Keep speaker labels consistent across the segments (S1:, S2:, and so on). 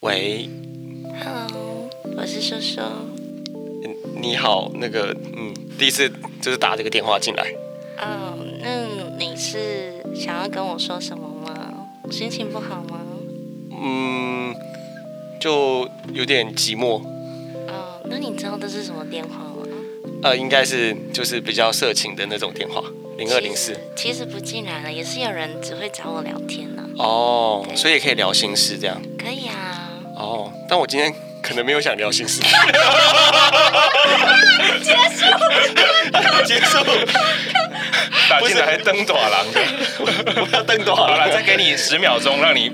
S1: 喂，
S2: Hello，我是叔叔。
S1: 嗯你好，那个，嗯，第一次就是打这个电话进来，
S2: 嗯，那你是想要跟我说什么吗？心情不好吗？
S1: 嗯，就有点寂寞，
S2: 嗯，那你知道这是什么电话吗？
S1: 呃，应该是就是比较色情的那种电话，零二零
S2: 其实
S1: 四。
S2: 其实不进来了，也是有人只会找我聊天呢、
S1: 哦，
S2: 对
S1: 所以也可以聊心事这样。
S2: 可以啊，
S1: 哦，但我今天可能没有想聊心事。
S3: 结束，打
S1: 不
S3: 进
S1: 是
S3: 来登短廊。
S1: 我要瞪多
S3: 好
S1: 好
S3: 了，
S1: 了，
S3: 再给你十秒钟，让你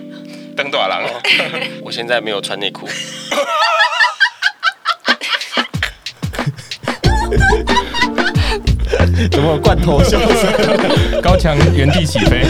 S3: 登短廊。
S1: 我现在没有穿内裤。
S4: 怎么有罐头笑声？
S3: 高墙原地起飞。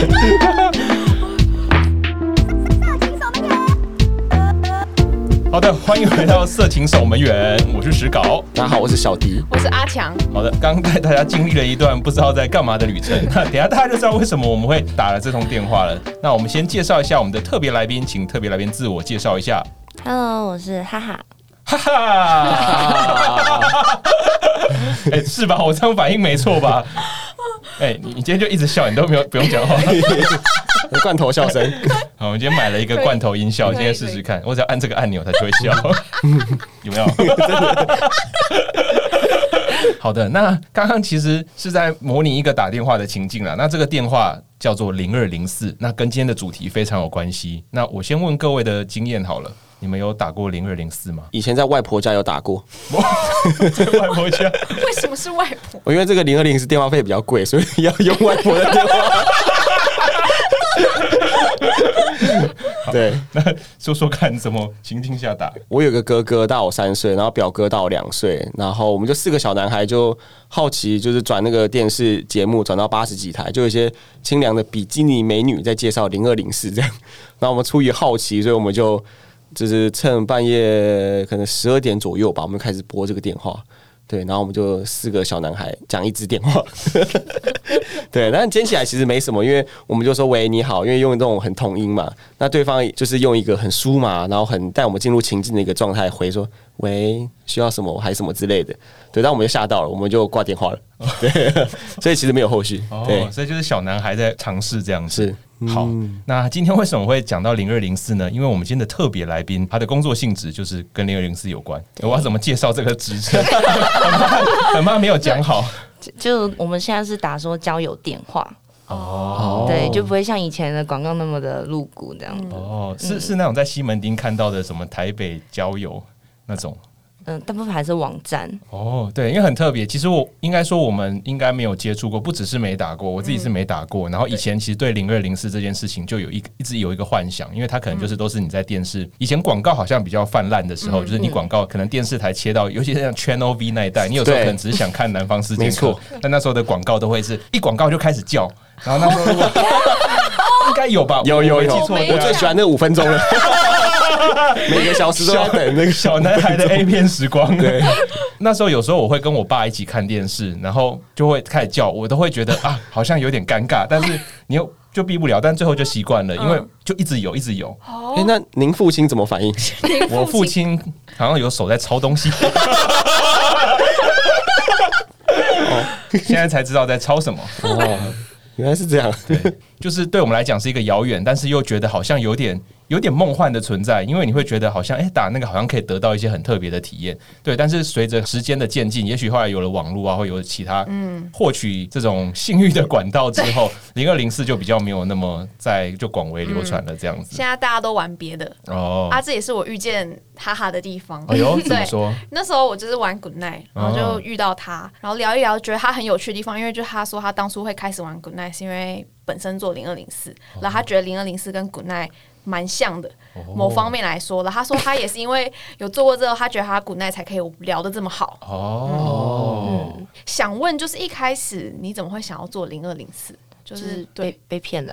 S3: 好的，欢迎回到色情守门员，我是石镐。
S4: 大家好，我是小迪。
S5: 我是阿强，
S3: 好的，刚刚带大家经历了一段不知道在干嘛的旅程， 那等一下大家就知道为什么我们会打了这通电话了。那我们先介绍一下我们的特别来宾，请特别来宾自我介绍一下。
S2: Hello，我是哈哈。
S3: 哈哈，哎、是吧？我这样反应没错吧？哎、你你今天就一直笑，你都没有不用讲话。
S4: 有罐头笑声，？
S3: 好，我今天买了一个罐头音效，
S5: 可以
S3: 今天试试看，我只要按这个按钮，它就会笑，有没有？ 好的，那刚刚其实是在模拟一个打电话的情境啦。那这个电话叫做零二零四，那跟今天的主题非常有关系。那我先问各位的经验好了，你们有打过零二零四吗
S4: 以前在外婆家有打过，
S3: 在 外婆家，
S5: 为什么是外婆？
S4: 我因为这个零二零是电话费比较贵，所以要用外婆的电话。对
S3: 说说看怎么情境下打。
S4: 我有个哥哥大我三岁，然后表哥大我两岁，然后我们就四个小男孩就好奇，就是转那个电视节目转到八十几台，就有一些清凉的比基尼美女在介绍零二零四这样，然后我们出于好奇，所以我们就就是趁半夜可能十二点左右吧，我们就开始拨这个电话。对，然后我们就四个小男孩讲一支电话， 对，但接起来其实没什么，因为我们就说“喂，你好”，因为用这种很同音嘛，那对方就是用一个很舒麻，然后很带我们进入情境的一个状态回说“喂，需要什么还是什么之类的”，对，但我们就吓到了，我们就挂电话了，对， 所以其实没有后续，对
S3: 哦，，所以就是小男孩在尝试这样子。
S4: 是嗯
S3: 好，那今天为什么会讲到零二零四呢？因为我们今天的特别来宾，他的工作性质就是跟零二零四有关。我要怎么介绍这个职 称？很怕很怕没有讲好。
S2: 就我们现在是打说交友电话，
S3: 哦
S2: 对，就不会像以前的广告那么的露骨这样。嗯、
S3: 哦，是是那种在西门町看到的什么台北交友那种。
S2: 嗯大部分还是网站。
S3: 哦，对，因为很特别。其实我应该说，我们应该没有接触过，不只是没打过，我自己
S4: 嗯
S3: 是没打过。然后以前其实对零二零四这件事情就有一一直有一个幻想，因为它可能
S4: 嗯
S3: 就是都是你在电视、以前广告好像比较泛滥的时候，就是你
S4: 嗯
S3: 广告可能电视台切到，尤其是像 Channel V 那一代，你有时候
S4: 对
S3: 可能只是想看南 方四
S4: 没
S3: 剑客
S4: 错，
S3: 但那时候的广告都会是一广告就开始叫，然后那时候 如果应该有吧，
S4: 有
S3: 哦我
S4: 有
S3: 没
S4: 有，
S3: 记错对
S4: 我
S3: 啊
S4: 最喜欢那五分钟了， 每个小时都在等那个
S3: 小男孩的 A 片时光。
S4: 对，
S3: 那时候有时候我会跟我爸一起看电视，然后就会开始叫，我都会觉得啊，好像有点尴尬，但是你又就避不了，但最后就习惯了，因为就一直有，一直有。
S4: 哎、那您父亲怎么反应？
S3: 我父亲好像有手在抄 东西。哦现在才知道在抄什么，
S4: 哦，原来是这样，
S3: 就是对我们来讲是一个遥远，但是又觉得好像有点有点梦幻的存在，因为你会觉得好像哎、诶打那个好像可以得到一些很特别的体验，对。但是随着时间的渐进，也许后来有了网络啊，或有了其他获取这种性欲的管道之后， 零二零四就比较没有那么在就广为流传了这样子
S5: 现。在大家都玩别的，
S3: 哦
S5: 啊，，这也是我遇见哈哈的地方。
S3: 哎呦，怎么
S5: 对，
S3: 说？
S5: 那时候我就是玩 Good Night，然后就遇到他，然后聊一聊，觉得他很有趣的地方，因为就他说他当初会开始玩 Good Night 是因为本身做零二零四，然后他觉得零二零四跟 Good Night 蛮像的。某方面来说，然后他说他也是因为有做过之后，他觉得他 Good Night 才可以聊得这么好。
S3: 哦，
S5: 想问，就是一开始你怎么会想要做零二零四？就
S6: 就是
S2: 嗯
S5: 是
S6: 被
S5: 对
S6: 被骗了。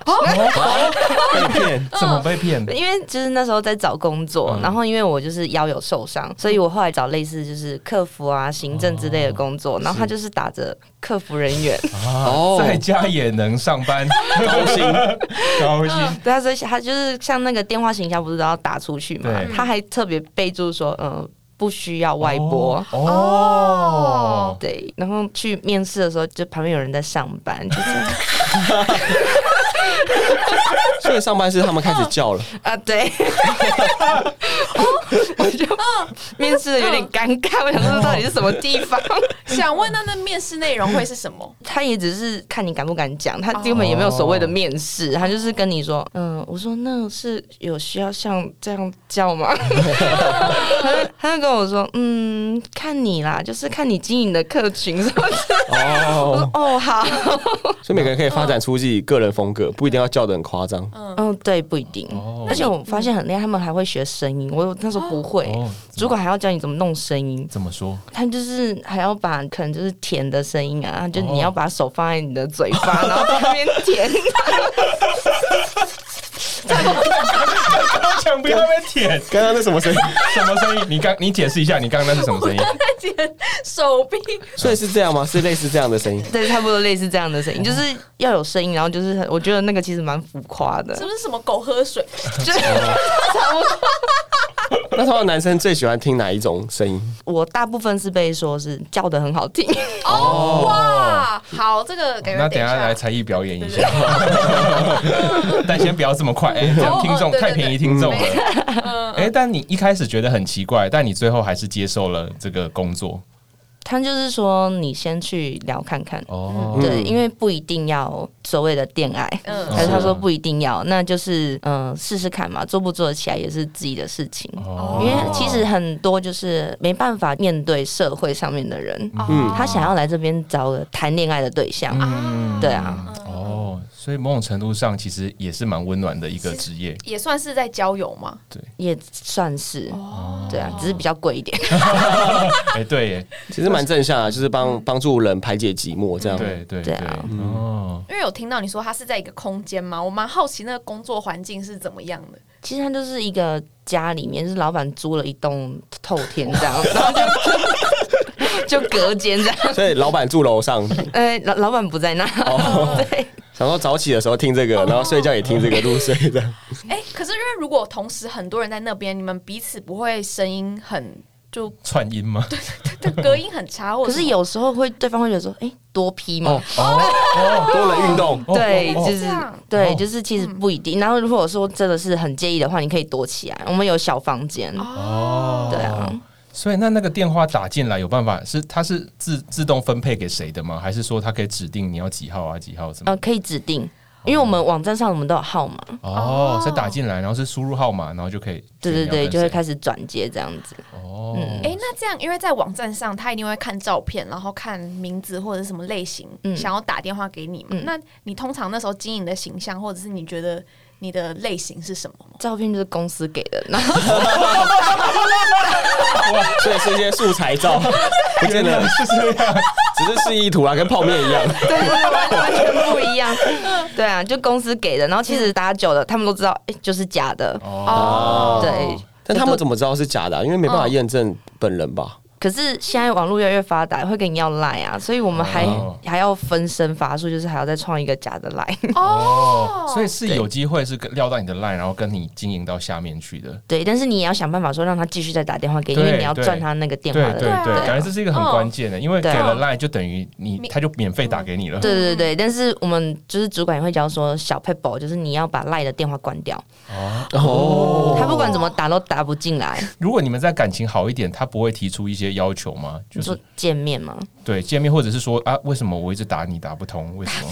S3: 被骗？怎么被骗？
S6: 因为就是那时候在找工作，
S3: 嗯
S6: 然后因为我就是腰有受伤，所以我后来找类似就是客服啊、行政之类的工作，
S3: 嗯
S6: 然后他就是打着客服人员，
S3: 啊，在家也能上班，高薪， 高薪，
S6: 对，他啊所以他就是像那个电话行销不是都要打出去嘛
S3: 对，
S6: 他还特别备注说，嗯、不需要外播。
S3: 哦。
S6: 对，然后去面试的时候，就旁边有人在上班，就 这样
S4: 所以上班是他们开始叫了，
S6: 啊， 对， 哦我就哦面试的有点尴尬，我想
S3: 哦
S6: 说这到底是什么地方？
S5: 想问那那面试内容会是什么？
S6: 他也只是看你敢不敢讲，
S3: 哦
S6: 他根本也没有所谓的面试，他就是跟你说，嗯，我说那是有需要像这样叫吗？ 他就他就跟我说，嗯，看你啦，就是看你经营的客群 什么的。我
S4: 哦，
S6: 说哦，好，
S4: 所以每个人可以发展出自己个人风
S3: 嗯
S4: 格，不一定要叫的很夸张。
S6: 嗯，对，不一定。
S3: 哦
S6: 而且我发现很厉害，他们还会学声音，我那时候不会。
S3: 哦，
S6: 主管还要教你怎么弄声音，
S3: 怎么说？
S6: 他就是还要把可能就是甜的声音啊，就
S3: 哦
S6: 你要把手放在你的嘴巴，然后在那边舔。
S3: 想不要被舔？
S4: 刚刚那什么声音？
S3: 什么声音？你刚你解释一下，你刚刚那是什么声音？
S5: 姐手臂
S4: 所以是这样吗？是类似这样的声音？
S6: 对，差不多类似这样的声音，就是要有声音，然后就是很我觉得那个其实蛮浮夸的
S5: 是，不是什么狗喝水？
S6: 就是差不多。
S4: 那通常男生最喜欢听哪一种声音？
S6: 我大部分是被说是叫的很好听，
S5: 哦哇，好，这个感觉
S3: 那等一下来才艺表演一下， 但先不要这么快，哎，这样听众
S5: 哦对对对
S3: 太便宜听众了。
S5: 嗯
S3: 哎，但你一开始觉得很奇怪，但你最后还是接受了这个工作
S6: 他就是说你先去聊看看。
S3: 哦
S4: 嗯
S6: 对，因为不一定要所谓的恋爱，
S5: 嗯
S6: 还是他
S3: 是
S6: 说
S3: 啊
S6: 不一定要，那就是嗯试试看嘛，做不做得起来也是自己的事情。
S3: 哦
S6: 因为其实很多就是没办法面对社会上面的人，
S5: 哦
S4: 嗯
S6: 他想要来这边找个谈恋爱的对象，
S3: 嗯
S6: 对啊，
S3: 哦，所以某种程度上其实也是蛮温暖的一个职业。
S5: 也算是在交友嘛。
S6: 也算是，对啊，只是比较贵一点。
S3: 哎，对耶，
S4: 其实蛮正向的，就是
S3: 嗯
S4: 帮帮助人排解寂寞这样。
S3: 对对
S6: 对
S3: 对
S6: 啊，
S3: 哦，
S5: 因为有听到你说他是在一个空间嘛，我蛮好奇那个工作环境是怎么样的。
S6: 其实他就是一个家里面，就是老板租了一栋透天这样，然后就就隔间这样。
S4: 所以老板住楼上，
S6: 呃，老老板不在那，对，
S4: 想说早起的时候听这个，然后睡觉也听这个入睡的。
S5: 哎、可是因为如果同时很多人在那边，你们彼此不会声音很就
S3: 串音吗？
S5: 对隔音很差，或
S6: 可
S5: 者什
S6: 是
S5: 么
S6: 有时候会对方会觉得说，哎，多批嘛，
S3: 哦，
S4: 多人运动，
S3: 哦
S6: 对，
S3: 哦哦
S6: 就是
S5: 这样
S6: 对
S3: 哦，
S6: 就是其实不一定。然后如果说真的是很介意的话，你可以躲起来，我们有小房间，
S3: 哦，
S6: 对啊。
S3: 所以那那个电话打进来有办法是它是自自动分配给谁的吗？还是说它可以指定你要几号啊几号什么？
S6: 呃，可以指定，因为我们网站上我们都有号码，
S3: 哦，所以打进来，然后是输入号码，然后就可以
S6: 对对对，就会嗯开
S3: 始
S6: 始转接这样子。
S3: 哦，
S5: 哎、那这样，因为在网站上，他一定会看照片，然后看名字或者是什么类型，
S6: 嗯
S5: 想要打电话给你嘛。
S6: 嗯
S5: 那你通常那时候经营的形象，或者是你觉得你的类型是什么吗？
S6: 照片就是公司给的，然后
S4: 所以是一些素材 照，不见得
S3: 是这样，
S4: 只是示意图啊，跟泡面一样。
S6: 对对对，完完全不一样。对啊，就公司给的，然后其实打久了，他们都知道，哎，就是假的。
S5: 哦
S6: 对，
S4: 但他们怎么知道是假的啊、因为没办法验证本人吧？
S6: 可是现在网络越来越发达，会跟你要赖啊，所以我们还
S3: 哦
S6: 还要分身乏术，就是还要再创一个假的赖。
S5: 哦
S3: 所以是有机会是跟撩到你的 line，然后跟你经营到下面去的。
S6: 对，但是你也要想办法说让他继续再打电话给你，
S3: 对
S6: 因为你要
S3: 对
S6: 赚他那个电话
S3: 对
S6: 的。
S3: 对对，
S5: 对啊
S3: 感觉这是一个很关键的，因为给
S6: 对啊
S3: 了 line 就等于你他就免费打给你了。
S6: 对对对，但是我们就是主管也会教说小 p e b b l 就是你要把赖的电话关掉，
S4: 哦，
S6: 他不管怎么打都打不进来。
S3: 如果你们在感情好一点，他不会提出一些要求吗？
S6: 你
S3: 就是
S6: 说见面嘛，
S3: 对见面，或者是说啊，为什么我一直打你打不通？为什么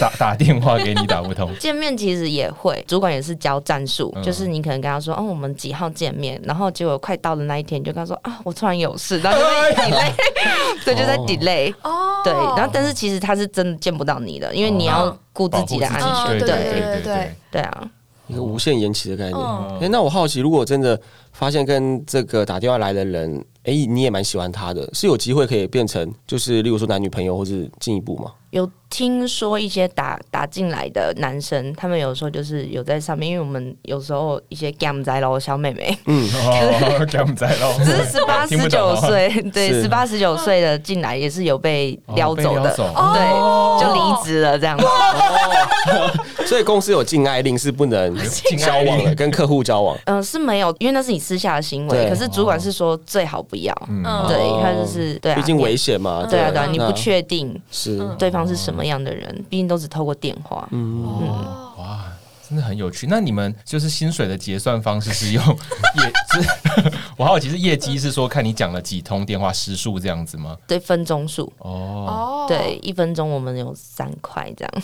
S3: 打 打电话给你打不通？
S6: 见面其实也会，主管也是教战术，
S3: 嗯
S6: 就是你可能跟他说，哦，我们几号见面，然后结果快到的那一天，你就跟他说啊，我突然有事，然后就在
S3: 哎
S6: delay，对，就在 delay。
S5: 哦，
S6: 对，然后但是其实他是真的见不到你的，因为你要顾自
S3: 哦保
S6: 己
S3: 护
S6: 的
S3: 自己
S6: 安全。
S5: 全
S3: 对
S5: 哦对
S3: 对
S5: 对
S3: 对对
S5: 对。
S6: 对啊，
S4: 一个
S6: 哦
S4: 无限延期的概念。哎、
S5: 嗯
S4: 那我好奇，如果真的发现跟这个打电话来的人，哎、哎、你也蛮喜欢他的，是有机会可以变成就是例如说男女朋友或是进一步吗？
S6: 有听说一些打打进来的男生，他们有时候就是有在上面，因为我们有时候一些 gam 仔咯，小妹妹，
S3: 哦， 给我们在喽，
S6: 只是十八
S3: 听不
S6: 十
S3: 懂
S6: 九
S3: 啊
S6: 岁， 对，
S4: 是
S6: 十八十九岁的进来也是有被撩走
S3: 哦被
S6: 的，
S3: 撩走
S6: 对，就离职了这样子。
S4: 所以公司有禁爱令是不能
S3: 禁
S4: 交
S3: 爱令
S4: 往的，跟客户交往。
S6: 嗯、是没有，因为那是你私下的行为。
S4: 对
S6: 可是主管是说最好不要，
S5: 嗯
S6: 对，
S4: 哦
S6: 他就是对啊，
S4: 毕竟
S6: 你
S4: 危险嘛，
S6: 对啊对啊，你
S4: 那
S6: 不确定
S4: 是
S5: 嗯
S6: 对方是什么样的人，毕竟都只透过电话。
S5: 哦，
S3: 哇，真的很有趣。那你们就是薪水的结算方 式是用业，是我好奇是业绩是说看你讲了几通电话时数这样子吗？
S6: 对分钟数，
S3: 哦，
S5: 哦，
S6: 对，一分钟我们有三块这样，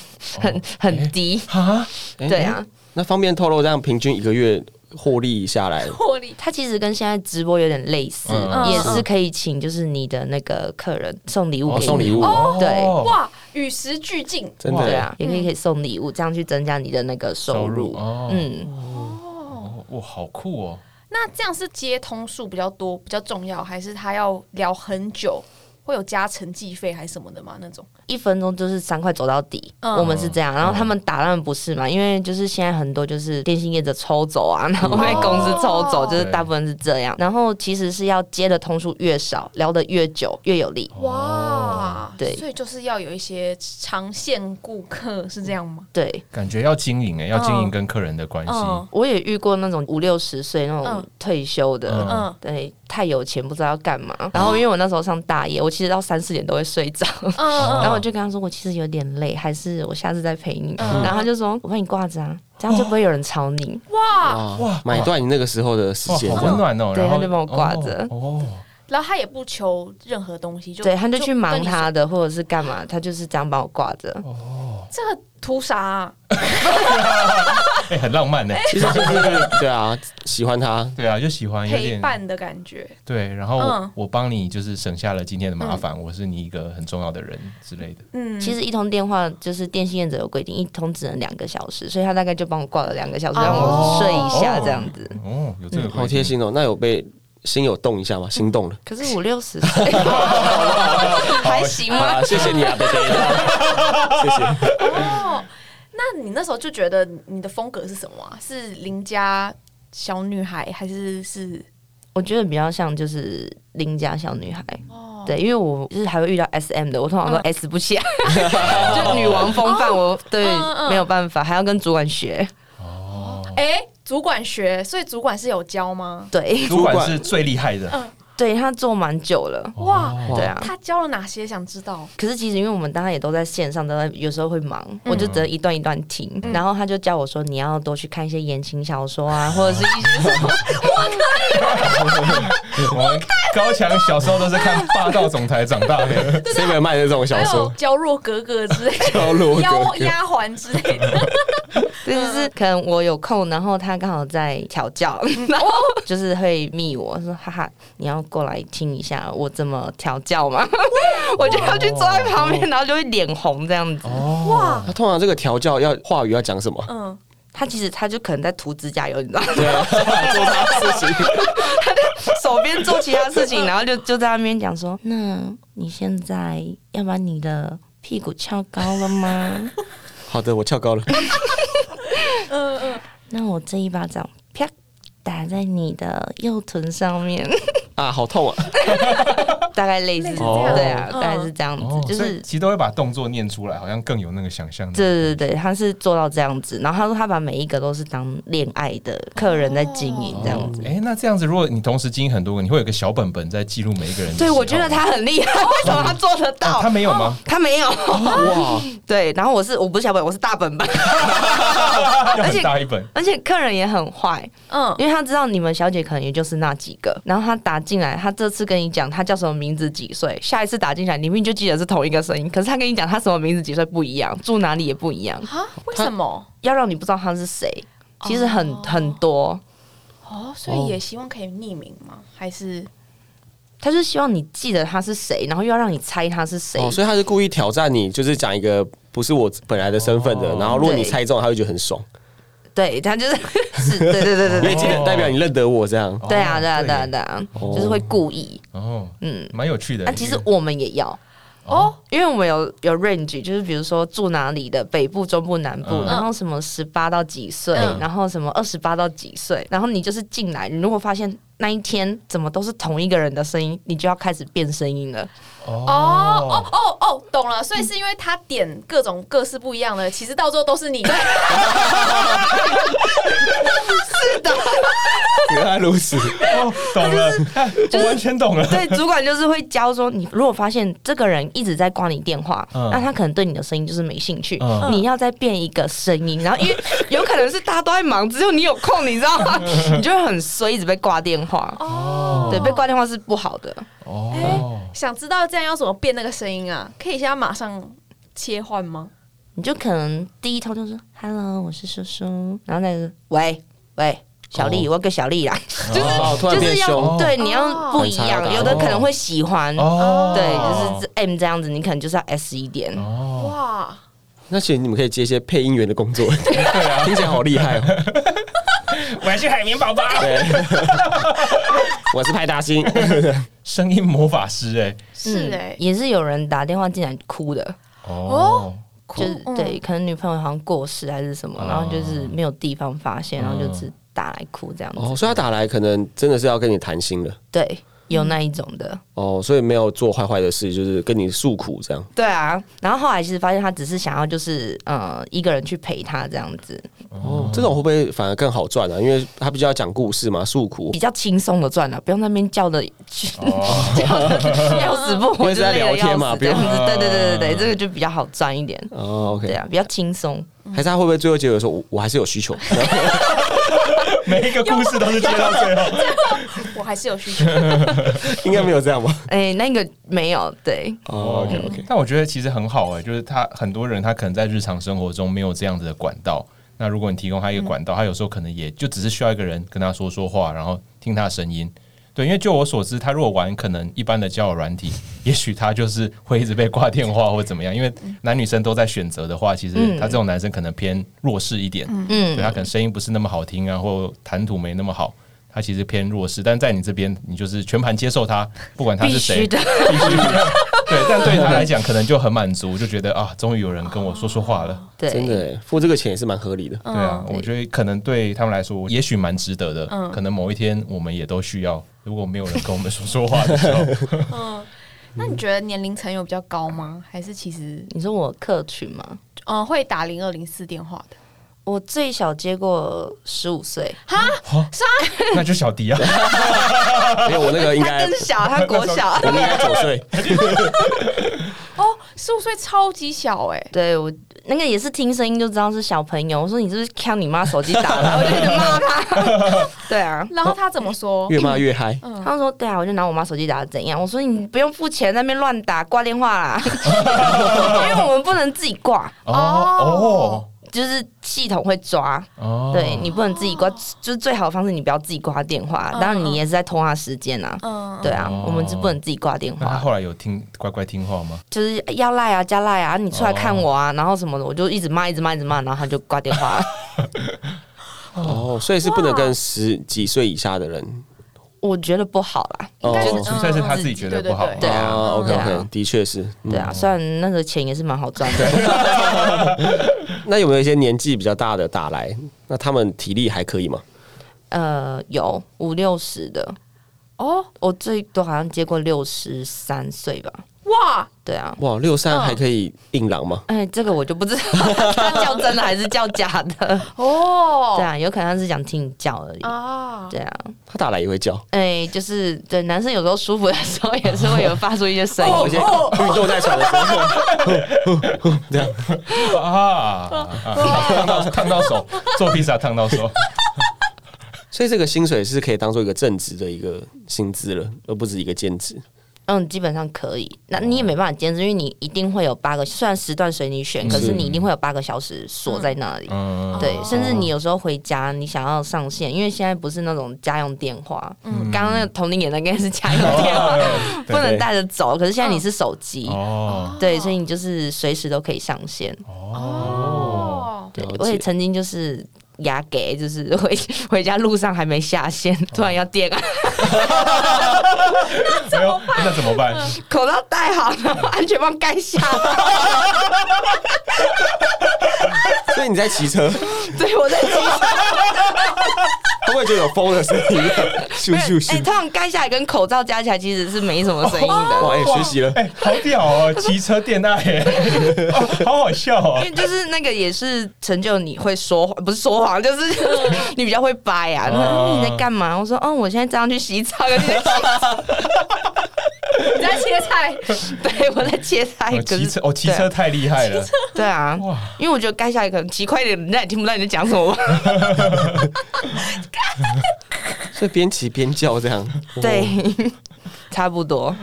S6: 很很低。
S3: 哈，
S4: 哎
S6: 对啊，
S4: 那方便透露这样平均一个月获利下来，
S5: 获利
S6: 它其实跟现在直播有点类似，
S3: 嗯
S6: 也是可以请就是你的那个客人送礼物给
S4: 哦
S6: 你，
S4: 送礼物
S6: 对
S3: 哦
S5: 哇，与时俱进，
S4: 真
S3: 哇
S6: 对
S4: 的
S5: 嗯
S6: 啊，也可以可以送礼物，这样去增加你的那个收
S3: 收
S6: 入。
S3: 入哦，
S6: 嗯，
S3: 哦哇，好酷哦。
S5: 那这样是接通数比较多比较重要，还是他要聊很久，会有加成计费还是什么的吗？那种
S6: 一分钟就是三块走到底，
S5: 嗯
S6: 我们是这样。然后他们打当然不是嘛，因为就是现在很多就是电信业者抽走啊，然后被公司抽走，
S5: 哦
S6: 就是大部分是这样。然后其实是要接的通数越少，聊得越久越有
S5: 哦
S6: 利。
S5: 哇，
S6: 对
S5: 所以就是要有一些长线顾客是这样吗？
S6: 对，
S3: 感觉要经营哎、要经营
S5: 嗯
S3: 跟客人的关系，
S5: 嗯
S6: 我也遇过那种五六十岁那种
S5: 嗯
S6: 退休的，
S3: 嗯
S5: 嗯
S6: 对，太有钱不知道要干嘛。然后因为我那时候上大夜，我其实到三四点都会睡着，
S5: 嗯嗯
S6: 然后我就跟他说我其实有点累，还是我下次再陪你。
S5: 嗯哦
S6: 然后他就说我帮你挂着啊，这样就不会有人吵你。
S5: 哇，
S4: 哇
S3: 哇，
S4: 买断你那个时候的时
S3: 哇，
S4: 间
S3: 好，温暖哦。
S6: 对
S3: 然后
S6: 他就帮我挂着
S3: 哦，哦
S5: 然后他也不求任何东西，就
S6: 对，他就去忙
S5: 跟你说
S6: 他的，或者是干嘛，他就是这样帮我挂着。
S5: 这个图啥啊？
S3: 哎、很 浪漫呢、
S4: 其实就是对啊，喜欢他，
S3: 对啊，就喜欢有
S5: 陪
S3: 点
S5: 伴的感觉，
S3: 对，然后
S5: 嗯
S3: 我帮你就是省下了今天的麻
S6: 嗯
S3: 烦，我是你一个很重要的人之类的。
S5: 嗯，
S6: 其实一通电话就是电信业者有规定，一通只能两个小时，所以他大概就帮我挂了两个小时，
S5: 哦
S6: 让我睡一下这样子。
S3: 哦，有这个
S4: 好
S3: 规定
S4: 贴。心哦。那有被心有动一下吗？心动了。
S6: 可是五六十岁还行吗？
S4: 啊，谢谢你啊，贝贝，谢谢。
S5: 哦，那你那时候就觉得你的风格是什么啊？是邻家小女孩，还是是
S6: 我觉得比较像就是邻家小女孩，
S5: 哦？
S6: 对，因为我就是还会遇到 S M 的，我通常
S5: 嗯
S6: 都 S 不起来， 就女王风范，我对
S5: 嗯嗯
S6: 没有办法，还要跟主管学，
S3: 哦
S5: 哎、主管学，所以主管是有教吗？
S6: 对，
S3: 主
S4: 主
S3: 管
S4: 管
S3: 是最厉害的，
S6: 对他做蛮久了，
S5: 哇，
S6: 对啊。
S5: 他教了哪些？想知道。
S6: 可是其实因为我们当然也都在线上，都在有时候会忙，我就只能一段一段听。然后他就叫我说，你要多去看一些言情小说啊，或者是一些什么，
S3: 我们高强小时候都是看霸道总裁长大 的，
S4: 谁没有卖这种
S5: 还
S4: 小
S5: 有
S4: 说？
S5: 娇弱格格之类的，
S4: 高露
S5: 妖
S4: 哥
S5: 丫鬟之类的，
S6: 对，就是可能我有空，然后他刚好在调教， 然后就是会密我说，哈哈，你要过来听一下我怎么调教吗？我就要去坐在旁边，然后就会脸红这样子。
S5: 哇，
S4: 他通常这个调教要话语要讲什 么？
S5: 嗯，
S6: 他其实他就可能在涂指甲油，你知道吗，
S4: 对啊，做他的事 情。
S6: 手边做其他事情，然后就就在那边讲说， 那你现在要把你的屁股翘高了 吗？
S4: 好的，我跳高了。
S6: 那我这一巴掌啪打在你的右臀上面，
S4: 啊，好痛啊！
S6: 大概类似
S5: 类似
S6: 这样，
S5: 这样
S6: 对啊，
S5: 嗯
S6: 大概是这样子，
S3: 哦，
S6: 就
S3: 所以
S6: 是
S3: 其实都会把动作念出来，好像更有那个想象力。
S6: 对对对，他是做到这样子。然后他说他把每一个都是当恋爱的客人在经营这样子。
S3: 哎、那这样子，如果你同时经营很多个，你会有一个小本本在记录每一个人的喜好。
S6: 对，我觉得他很厉害，为什么他做得
S3: 啊、
S6: 到
S3: 他？没有吗？
S6: 哦他没有，
S4: 哇，
S6: 对。然后我是我不是小本，我是大本本，
S3: 要
S6: 哦而且
S3: 很大一本，
S6: 而且客人也很坏，
S5: 嗯，
S6: 因为他知道你们小姐可能也就是那几个，然后他打进来，他这次跟你讲他叫什么名字几岁，下一次打进来，你明明就记得是同一个声音，可是他跟你讲他什么名字几岁不一样，住哪里也不一样，
S5: 啊，为什么？
S6: 要让你不知道他是谁，其实很、
S5: 哦
S6: 很多，
S5: 哦，所以也希望可以匿名吗？还是
S6: 他就希望你记得他是谁，然后又要让你猜他是谁。
S4: 哦，所以他是故意挑战你，就是讲一个不是我本来的身份的，
S3: 哦
S4: 然后如果你
S6: 对
S4: 猜中，他会觉得很爽。
S6: 对他就是 是，对对对对
S4: 因为
S6: 对，
S4: 这个代表你认得我这样。
S6: 对啊对啊对啊
S3: 哦对
S6: 对啊，
S4: 哦
S6: 就是会故意，
S3: 哦，
S6: 嗯，
S3: 蛮有趣的。
S6: 那其实我们也要。哦，因为我们有有 range，就是比如说住哪里的，北部、中部、南部，
S3: 嗯
S6: 然后什么十八到几岁，
S5: 嗯
S6: 然后什么二十八到几岁，然后你就是进来，你如果发现那一天怎么都是同一个人的声音，你就要开始变声音 了。
S3: 哦
S5: 哦哦哦哦，懂了，所以是因为他点各种各式不一样的，其实到最后都是你。
S4: 原来如此，
S3: 哦，懂了，哎我完全懂了。
S6: 对，主管就是会教说，你如果发现这个人一直在挂你电话，
S3: 嗯
S6: 那他可能对你的声音就是没兴趣，
S3: 嗯
S6: 你要再变一个声音，然后因为 有可能是大家都在忙，只有你有空，你知道 吗？你就会很衰，一直被挂电话。
S5: 哦
S6: 对，被挂电话是不好的。哎
S3: 哦，
S5: 想知道这样要怎么变那个声音啊？可以现在马上切换吗？
S6: 你就可能第一通就说 “hello，我是叔叔”，然后再说“喂喂，小丽，我给小丽啦”，
S4: 哦， 突然
S6: 就
S4: 变
S6: 是
S4: 凶
S6: 要，对你要
S5: 哦
S6: 不一
S4: 很常
S6: 样，
S4: 有
S6: 有
S4: 打
S6: 的可能会喜欢，
S3: 哦
S6: 对，就是 M 这样子，你可能就是要 S 一点。嗯
S3: 哦，
S5: 哇，
S4: 那其实你们可以接一些配音员的工 作，听起来好厉害 哦。
S3: 我是海绵宝宝，
S4: 对，我是派大星，
S3: 声音魔法师哎，
S5: 是
S6: 嗯
S5: 哎、
S6: 也是有人打电话进来哭的，
S3: 哦，
S6: 就是
S5: 嗯
S6: 对，可能女朋友好像过世还是什么，
S4: 哦
S3: 啊
S6: 然后就是没有地方发现，然后就只打来哭这样
S4: 嗯哦，
S6: 子。
S4: 所以他打来可能真的是要跟你谈心了，
S6: 对，有那一种的。
S4: 哦，所以没有做坏坏的事，就是跟你诉苦这样。
S6: 对啊，然后后来其实发现他只是想要就是呃一个人去陪他这样子，
S4: 哦，这种会不会反而更好赚啊？因为他比较讲故事嘛，诉苦
S6: 比。较轻松的赚了，啊不用那边叫的
S3: 哦
S6: 要死不
S4: 不
S6: 活，
S4: 会
S6: 就是
S4: 在
S6: 累得
S4: 聊天嘛
S6: 要死这样
S4: 不
S6: 子。对对对对对，这个就比较好赚一点，
S4: 哦
S6: 对
S4: ，OK，
S6: 啊，比较轻松。
S4: 还是他会不会最后结尾说，我我还是有需求？
S3: 每一个故事都是接到最后，
S5: 我还是有 需求。
S4: 应该没有这样吧？
S6: 哎，那个没有，对，
S4: 哦，OK OK，
S3: 但我觉得其实很好哎、就是他很多人他可能在日常生活中没有这样子的管道。那如果你提供他一个管道，他有时候可能也就只是需要一个人跟他说说话，然后听他的声音。对，因为就我所知，他如果玩可能一般的交友软体， 也许他就是会一直被挂电话或怎么样。因为男女生都在选择的话，其实
S6: 嗯
S3: 他这种男生可能偏弱势一点，对他
S6: 嗯，
S3: 可能声音不是那么好听啊，或谈吐没那么好，他其实偏弱势。但在你这边，你就是全盘接受他，不管他
S6: 必
S3: 是谁
S6: 须，的，
S3: 对，但对他来讲，可能就很满足，就觉得啊，终于有人跟我说说话了。
S4: 啊真
S6: 对，
S4: 的耶付这个钱也是蛮合理的。
S6: 哦
S3: 对啊，
S6: 嗯
S3: 我觉得可能对他们来说，也许蛮值得的。可能某一天我们也都需要，如果没有人跟我们说说话的时候，
S5: 那你觉得年龄层有比较高吗？还是其实
S6: 你说我客群吗？
S5: 嗯、呃会打零二零四电话的？
S6: 我最小接过十五岁，
S3: 那就小迪啊，
S4: 没有，我那个应
S3: 哎
S4: 该。
S6: 他更，小，他国小
S4: 我们应该九 岁。
S5: 哦，十五岁超级小哎、
S6: 对我那个也是听声音就知道是小朋友，我说你是不是看你妈手机打 了，我就一直骂他。 对啊，
S5: 然后他怎么说？
S4: 越骂越嗨。
S5: 嗯
S6: 他说对啊，我就拿我妈手机打的怎样？我说你不用付钱，在那边乱打挂电话啦， 因为我们不能自己挂，
S3: 哦哦
S6: 就是系统会抓，
S3: 哦，
S6: 对你不能自己挂，就是最好的方式你不要自己挂电话，
S5: 嗯
S6: 当然你也是在拖他时间啊。
S5: 嗯，
S6: 对啊，
S3: 哦
S6: 我们是不能自己挂电
S3: 那他
S6: 话，
S3: 后来有听乖乖听 话吗？
S6: 就是要赖啊加赖啊，你出来看我
S3: 哦
S6: 啊，然后什么的，我就一直骂一直骂一直骂，然后他就挂电 话了。
S4: 哦，所以是不能跟十几岁以下的人。
S6: 我觉得不好啦，
S4: 哦
S3: 就是纯粹是他自己觉得不好。
S5: 对
S6: 对啊
S4: ，OK
S6: 对
S4: OK，
S6: 啊
S4: 哦的确是。嗯
S6: 对啊，虽然那个钱也是蛮好赚的，
S4: 那有没有一些年纪比较大的打来？那他们体力还可以吗？
S6: 呃，有五六十的，
S5: 哦
S6: 我最多好像接过六十三岁吧。
S5: 哇，
S6: 对啊，
S4: 哇，六三
S5: 嗯
S4: 还可以硬朗吗？
S6: 哎，这个我就不知道他叫真的还是叫假的。
S5: 哦，
S6: 对啊，有可能他是想听你叫而已。
S5: 啊，
S6: 对啊，
S4: 他打来也会叫，
S6: 哎，就是对男生有时候舒服的时候也是会有发出一些
S5: 哦
S6: 声
S4: 有
S6: 音
S4: 些。运动在喘的时候，这样
S3: 啊，烫到烫到手，做披萨烫到手。
S4: 所以这个薪水是可以当做一个正职的一个薪资了，而不是一个兼职。
S6: 嗯，基本上可以。那你也没办法坚持，因为你一定会有八个，虽然时段随你选，可
S4: 是
S6: 是你一定会有八个小时锁在那里。
S3: 嗯，
S6: 对，甚至你有时候回家，你想要上线，因为现在不是那种家用电话，嗯，刚刚那个同龄演的应该是家用电话，不能带着走。可是现在你是手机，
S3: 哦
S6: 对，所以你就是随时都可以上线。
S3: 哦，
S5: 哦，
S6: 对
S4: 了解，
S6: 我也曾经就是牙给，就是回 回家路上还没下线，突然要电啊，
S3: 没有，哎那怎么办？
S6: 口罩戴好，然后安全帽盖下，
S4: 所以你在骑车，
S6: 对我在骑车。
S4: 会不会就有风的声音？啊 咻咻
S6: 哎、
S4: 咻！
S6: 通常盖下来跟口罩加起来其实是没什么声音的。
S4: 哇，哎，学习了，
S3: 哎，好屌 哦，骑车电爱耶， 哦好好笑哦
S6: 因。为就是那个也是成就你会说谎，不是说谎，就是 你比较会掰啊。然后
S3: 哦
S6: 嗯你在干嘛？我说哦，我现在这样去洗澡，可是
S5: 你在切菜，
S6: 对我在切菜
S3: 哦，
S6: 可
S3: 骑
S6: 是啊
S3: 车哦，骑车太厉害了，
S6: 对啊
S3: 哇，哦
S6: 因为我觉得盖下来可能骑快一点，人家也听不到你在讲什么。
S4: 所以边骑边叫这样， 哦
S6: 对，差不 多。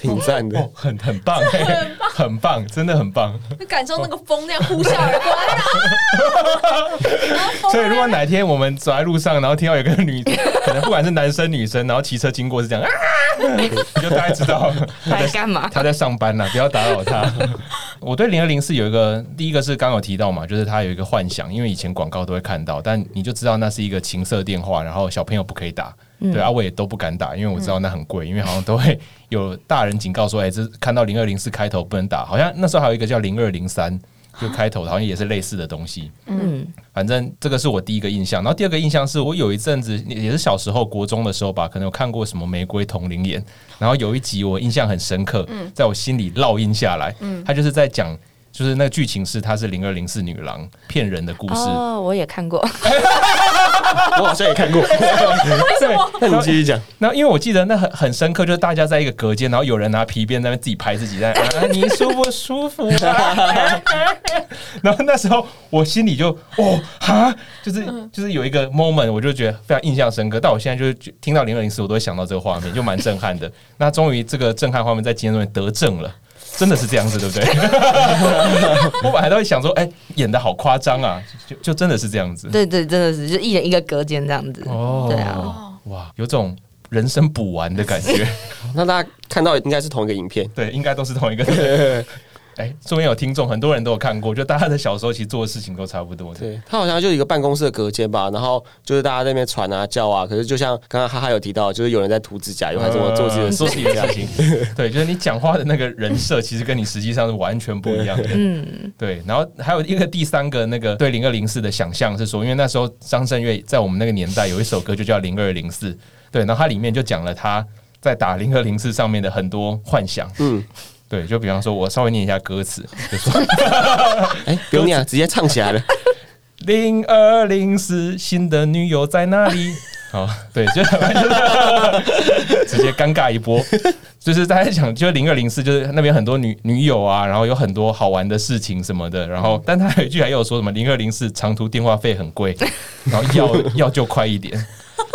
S4: 挺赞的
S3: 哦。，很很棒，哎 很棒，真的很棒。
S5: 就感受那个风那样呼啸而过。啊哎 呀
S3: 所以如果哪天我们走在路上，然后听到有个女，可能不管是男生女生，然后骑车经过是这样啊，你就大概知道
S6: 在干嘛？
S3: 他在上班呢，不要打扰他。我对零二零四有一个，第一个是刚有提到嘛，就是他有一个幻想，因为以前广告都会看到，但你就知道那是一个情色电话，然后小朋友不可以打。对啊，我也都不敢打，因为我知道那很贵，因为好像都会有大人警告说，哎、这看到零二零四开头不能打，好像那时候还有一个叫零二零三，就开头的好像也是类似的东西。
S6: 嗯，
S3: 反正这个是我第一个印象，然后第二个印象是我有一阵子也也是小时候国中的时候吧，可能有看过什么《玫瑰同龄眼》，然后有一集我印象很深刻，在我心里烙印下来。他就是在讲，就是那个剧情是她是零二零四女郎骗人的故事，
S6: 哦，我也看过。
S4: 我好像也看过，
S5: 哦
S3: 对，
S4: 那你继续讲。
S3: 那因为我记得那很很深刻，就是大家在一个隔间，然后有人拿皮鞭在那边自己拍自己，在那 边啊你舒不舒服啊？ 然后那时候我心里就哦哈，就是就是有一个 moment，我就觉得非常印象深刻。但我现在就是觉听到零二零四，我都会想到这个画面，就蛮震撼的。 那终于这个震撼画面在今天终于得证了。真的是这样子，对不 对？我本来都会想说，哎、演的好夸张啊，就就真的是这样子。
S6: 对对，真的是，就一人一个隔间这样子。
S3: 哦，
S6: 对啊，
S3: 哇，有种人生补完的感觉。
S4: 那大家看到应该是同一个影片，
S3: 对，应该都 是同一个。哎，说明有听众，很多人都有看过，就大家的小时候其实做的事情都差不多的。
S4: 对，它好像就一个办公室的隔间吧，然后就是大家在那边传啊叫啊，可是就像刚刚哈哈有提到，就是有人在涂指甲，有人在做做自己的
S3: 嗯
S4: 事
S3: 做自
S4: 情
S3: 己
S4: 这
S3: 的
S4: 样
S3: 事。情， 对，就是你讲话的那个人设，其实跟你实际上是完全不一样的。
S6: 嗯，
S3: 对，然后还有一个第三个那个对零二零四的想象是说，因为那时候张震岳在我们那个年代有一首歌就叫《零二零四》，对，然后它里面就讲了他在打零二零四上面的很多幻想。
S4: 嗯，
S3: 对，就比方说，我稍微念一下歌词，就说
S4: 哎，不用念啊，直接唱起来了。
S3: 零二零四，新的女友在哪里？ 好，对，就直接尴尬一波。 就是大家讲，就零二零四，就是那边很多女女友啊，然后有很多好玩的事情什么的。然后，但他有一句还有说什么零二零四长途电话费很贵，然后要要就快一点。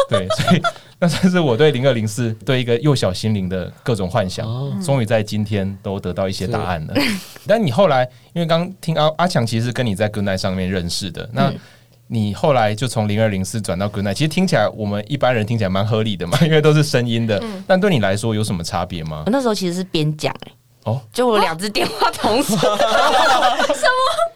S3: 对，所以那算是我对零二零四对一个幼小心灵的各种幻想，终于在今天都得到一些答案了。但你后来，因为刚听阿阿强其实是跟你在 Good Night 上面认识的，那你后来就从零二零四转到 Good Night，其实听起来我们一般人听起来蛮合理的嘛，因为都是声音的。但对你来说有什么差别吗
S6: 我？那时候其实是边讲哎，
S3: 哦，
S6: 就我两只电话同时，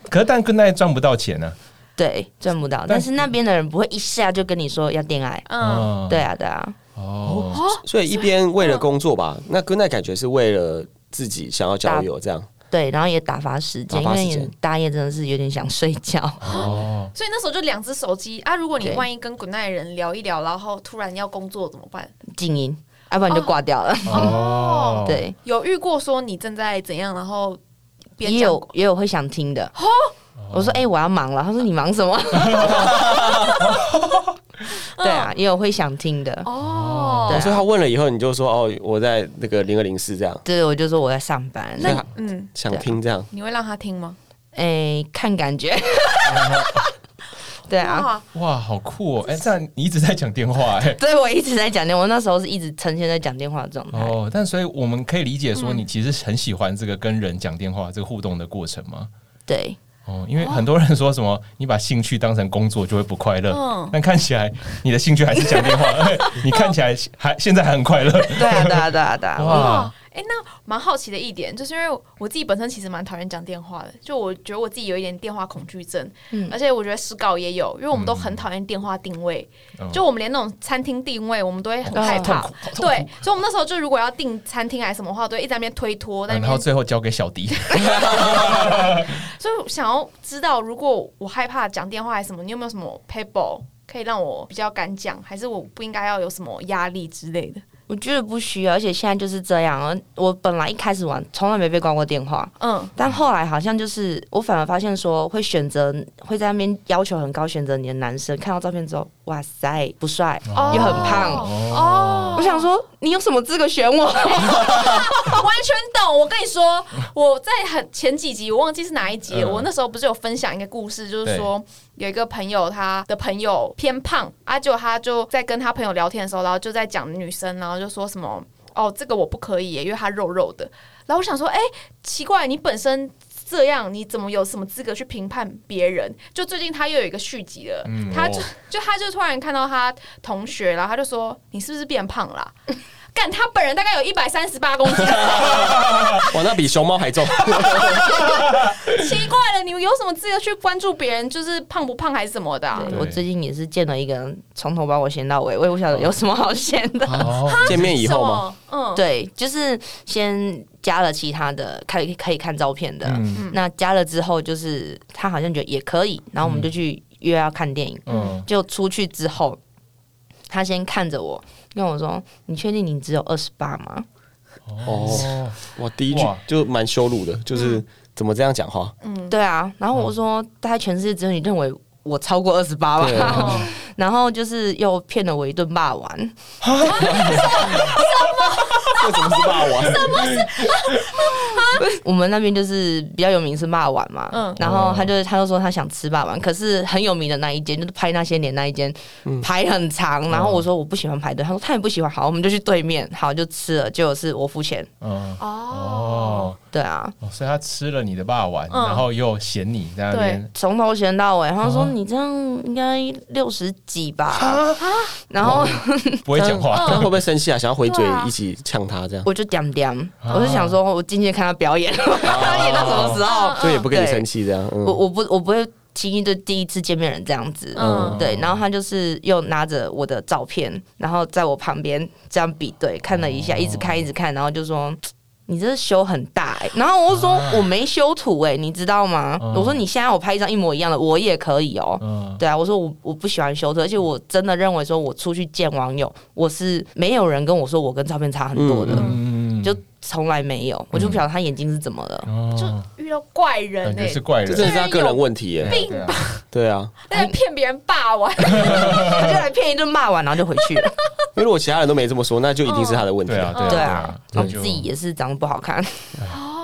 S3: 可是但 Good Night 赚不到钱啊呢、
S6: 对，赚不到。但是那边的人不会一下就跟你说要恋爱，
S5: 嗯，
S3: 哦
S6: 对啊对啊，
S3: 哦，
S5: 哦，
S4: 所以一边为了工作吧，那跟那感觉是为了自己想要交友这样。
S6: 对，然后也打发时间，
S4: 打
S6: 因
S4: 发时
S6: 为
S4: 间
S6: 也大夜真的是有点想睡觉。
S3: 哦，
S5: 所以那时候就两只手机啊。如果你
S6: 对
S5: 万一跟滚奈人聊一聊，然后突然要工作怎么办？
S6: 静音，啊要不然就挂掉了。
S3: 哦，
S6: 对，
S5: 有遇过说你正在怎样，然后边
S6: 也
S5: 讲哦
S6: 有也有会想听的。我说哎、我要忙了。他说你忙什么？对啊，也有会想听的。
S5: 嗯哦，
S6: 对
S4: 哦，所以
S6: 啊，
S4: 他问了以后，你就说哦，我在那个零二零四这样，
S6: 对，我就说我在上班。
S4: 所
S6: 那
S4: 以他
S5: 嗯，
S4: 想
S6: 对啊
S4: 听这样。
S5: 你会让他听吗？
S6: 哎、看感觉。对啊，
S5: 哇，
S3: 哇，好酷哦！哎、这样你一直在讲电话哎、
S6: 所以我一直在讲电话，我那时候是一直呈现在讲电话的状态。
S3: 哦，但所以我们可以理解说，你其实很喜欢这个跟人讲电话这个互动的过程吗？
S6: 对，
S3: 哦，因为很多人说什么你把兴趣当成工作就会不快乐，
S5: 嗯
S3: 但看起来你 哎的兴趣还是讲电话，你看起来还现在还很快乐。
S6: 嗯对啊，对啊，对啊，对啊。
S3: 哇，
S5: 哎、哎、那蛮好奇的一点，就是因为我自己本身其实蛮讨厌讲电话的，就我觉得我自己有一点电话恐惧症，
S6: 嗯
S5: 而且我觉得史稿也有，因为我们都很讨厌电话定位，
S3: 嗯
S5: 就我们连那种餐厅定位我们都会很
S6: 哦
S5: 害
S3: 痛
S5: 怕，
S3: 苦，好痛苦
S5: 对，所以我们那时候就如果要订餐厅还是什么话，都会一直在那边推脱，在
S3: 嗯
S5: 那
S3: 然后
S5: 边，
S3: 最后交给小迪，
S5: 所以想要知道，如果我害怕讲电话还是什么，你有没有什么 paper 可以让我比较敢讲，还是我不应该要有什么压力之类的？
S6: 我觉得不需要，而且现在就是这样。我本来一开始玩从来没被挂过电话，
S5: 嗯，
S6: 但后来好像就是我反而发现说，会选择会在那边要求很高选择你的男生，看到照片之后，哇塞，不帅。
S5: 哦
S6: 也很胖
S5: 哦
S6: 我想说，你有什么资格选我？
S5: 完全懂。我跟你说，我在很前几集，我忘记是哪一集了，
S3: 嗯
S5: 我那时候不是有分享一个故事，就是说有一个朋友，他的朋友偏胖，啊，结果他就在跟他朋友聊天的时候，然后就在讲女生，然后就说什么哦，这个我不可以耶，因为他肉肉的。然后我想说，哎、奇怪，你本身。这样你怎么有什么资格去评判别人？就最近他又有一个续集了，他就就他就突然看到他同学，然后他就说：“你是不是变胖啦、 干，他本人大概有一百三十八公斤，
S4: 哇，那比熊猫 还重。
S5: 奇怪了，你们有什么资格去关注别人就是胖不胖还是什么的啊、
S3: 对
S6: 我最近也是见了一个人，从头把我嫌到尾，我也不晓得有什么好嫌的。
S3: 哦，
S4: 见面以后嘛，
S5: 什么？嗯，
S6: 对，就是先加了其他的，可以可以看照片的。
S3: 嗯
S6: 那加了之后，就是他好像觉得也可以，然后我们就去约要看电影。
S3: 嗯，
S6: 就出去之后，他先看着我，跟我说：“你确定你只有二十八吗
S4: 哦，我第一句
S3: 哇
S4: 就蛮羞辱的，就是怎么这样讲话？？”
S6: 对啊，然后我说：“大概全世界只有你认为我超过二十八吧。
S4: 对”
S5: 啊 哦
S6: 然后就是又骗了我一顿霸王，
S4: 这怎么是啊霸王？
S6: 我们那边就是比较有名是霸王嘛，
S5: 嗯
S6: 然后他就他就说他想吃霸王，可是很有名的那一间就是拍那些年那一间排很长，然后我说我不喜欢排队，他说他也不喜欢，好，我们就去对面，好就吃了，结果是我付钱，
S3: 嗯，
S5: 哦，
S3: 哦，
S6: 对啊，
S3: 哦所以他吃了你的霸王，
S5: 嗯
S3: 然后又嫌你在那边，
S6: 从头嫌到尾，他说
S3: 哦
S6: 你这样应该六十几吧，然后
S3: 不会 讲话，
S4: 那会不会生气啊？想要回嘴一起呛他这样？
S6: 我就点点，我就想说我静静看他表演， 演到什么时候，
S4: 就也不跟你
S6: 对
S4: 生气这样。嗯
S6: 我我不我不会轻易对第一次见面人这样子，
S5: 嗯
S6: 对。然后他就是又拿着我的照片，然后在我旁边这样比对，看了一下，一直看一直看，然后就说。你这修很大哎、然后我就说我没修图哎、你知道吗？
S3: 啊嗯
S6: 我说你现在我拍一张一模一样的，我也可以哦、
S3: 嗯，
S6: 对啊，我说我我不喜欢修图，而且我真的认为说我出去见网友，我是没有人跟我说我跟照片差很多的，
S3: 嗯，
S6: 就从来没有，我就不晓得他眼睛是怎么了。
S3: 哦，
S5: 就遇到怪
S3: 感
S5: 人哎、
S3: 觉哦是怪
S4: 这
S3: 人
S4: 真的是他个人问题耶。
S5: 病
S3: 对啊
S5: 吧，
S4: 对啊，
S5: 在骗别人霸王，
S6: 他就来骗一顿骂完，然后就回去了。
S4: 因为如果其他人都没这么说，那就一定是他的问题
S3: 对啊，
S4: 了。
S3: 对
S6: 对
S3: 啊
S6: 啊，，
S3: 那
S6: 然后
S3: 就
S6: 自己也是长得不好看，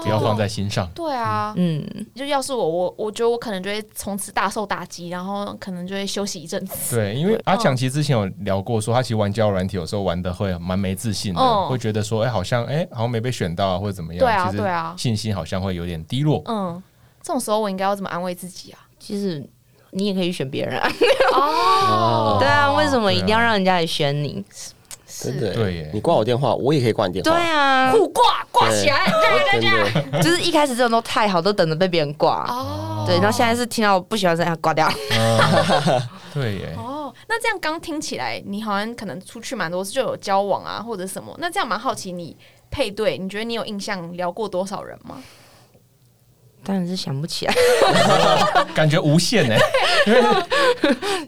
S3: 不要放在心上，
S5: 对啊，
S6: 嗯，
S5: 就要是我，我我觉得我可能就会从此大受打击，然后可能就会休息一阵子。
S3: 对，因为阿强其实之前有聊过说他其实玩交友软体有时候玩的会蛮没自信的，
S5: 嗯
S3: 会觉得说，哎、好像哎、好像没被选到啊，或者怎么样，
S5: 对啊
S3: 其实
S5: 对啊
S3: 信心好像会有点低 落。
S5: 嗯，这种时候我应该要怎么安慰自己啊？
S6: 其实你也可以选别人啊。
S5: 哦
S6: 对啊，为什么一定要让人家来选你？
S4: 真
S5: 是
S4: 的。
S3: 对耶
S4: 你挂我电话，我也可以挂你电
S6: 对
S4: 话。
S6: 啊，
S5: 互挂挂起来，对对
S4: 真
S5: 对对。
S4: 的，
S6: 就是一开始这种都太好，都等着被别人挂。
S5: 哦
S6: 对，然后现在是听到不喜欢这样啊挂掉。
S3: 嗯对耶，
S5: 哦，那这样刚听起来，你好像可能出去蛮多次，就有交往啊，或者什么。那这样蛮好奇，你配对，你觉得你有印象聊过多少人吗？
S6: 当然是想不 起来，
S3: 感觉无限哎，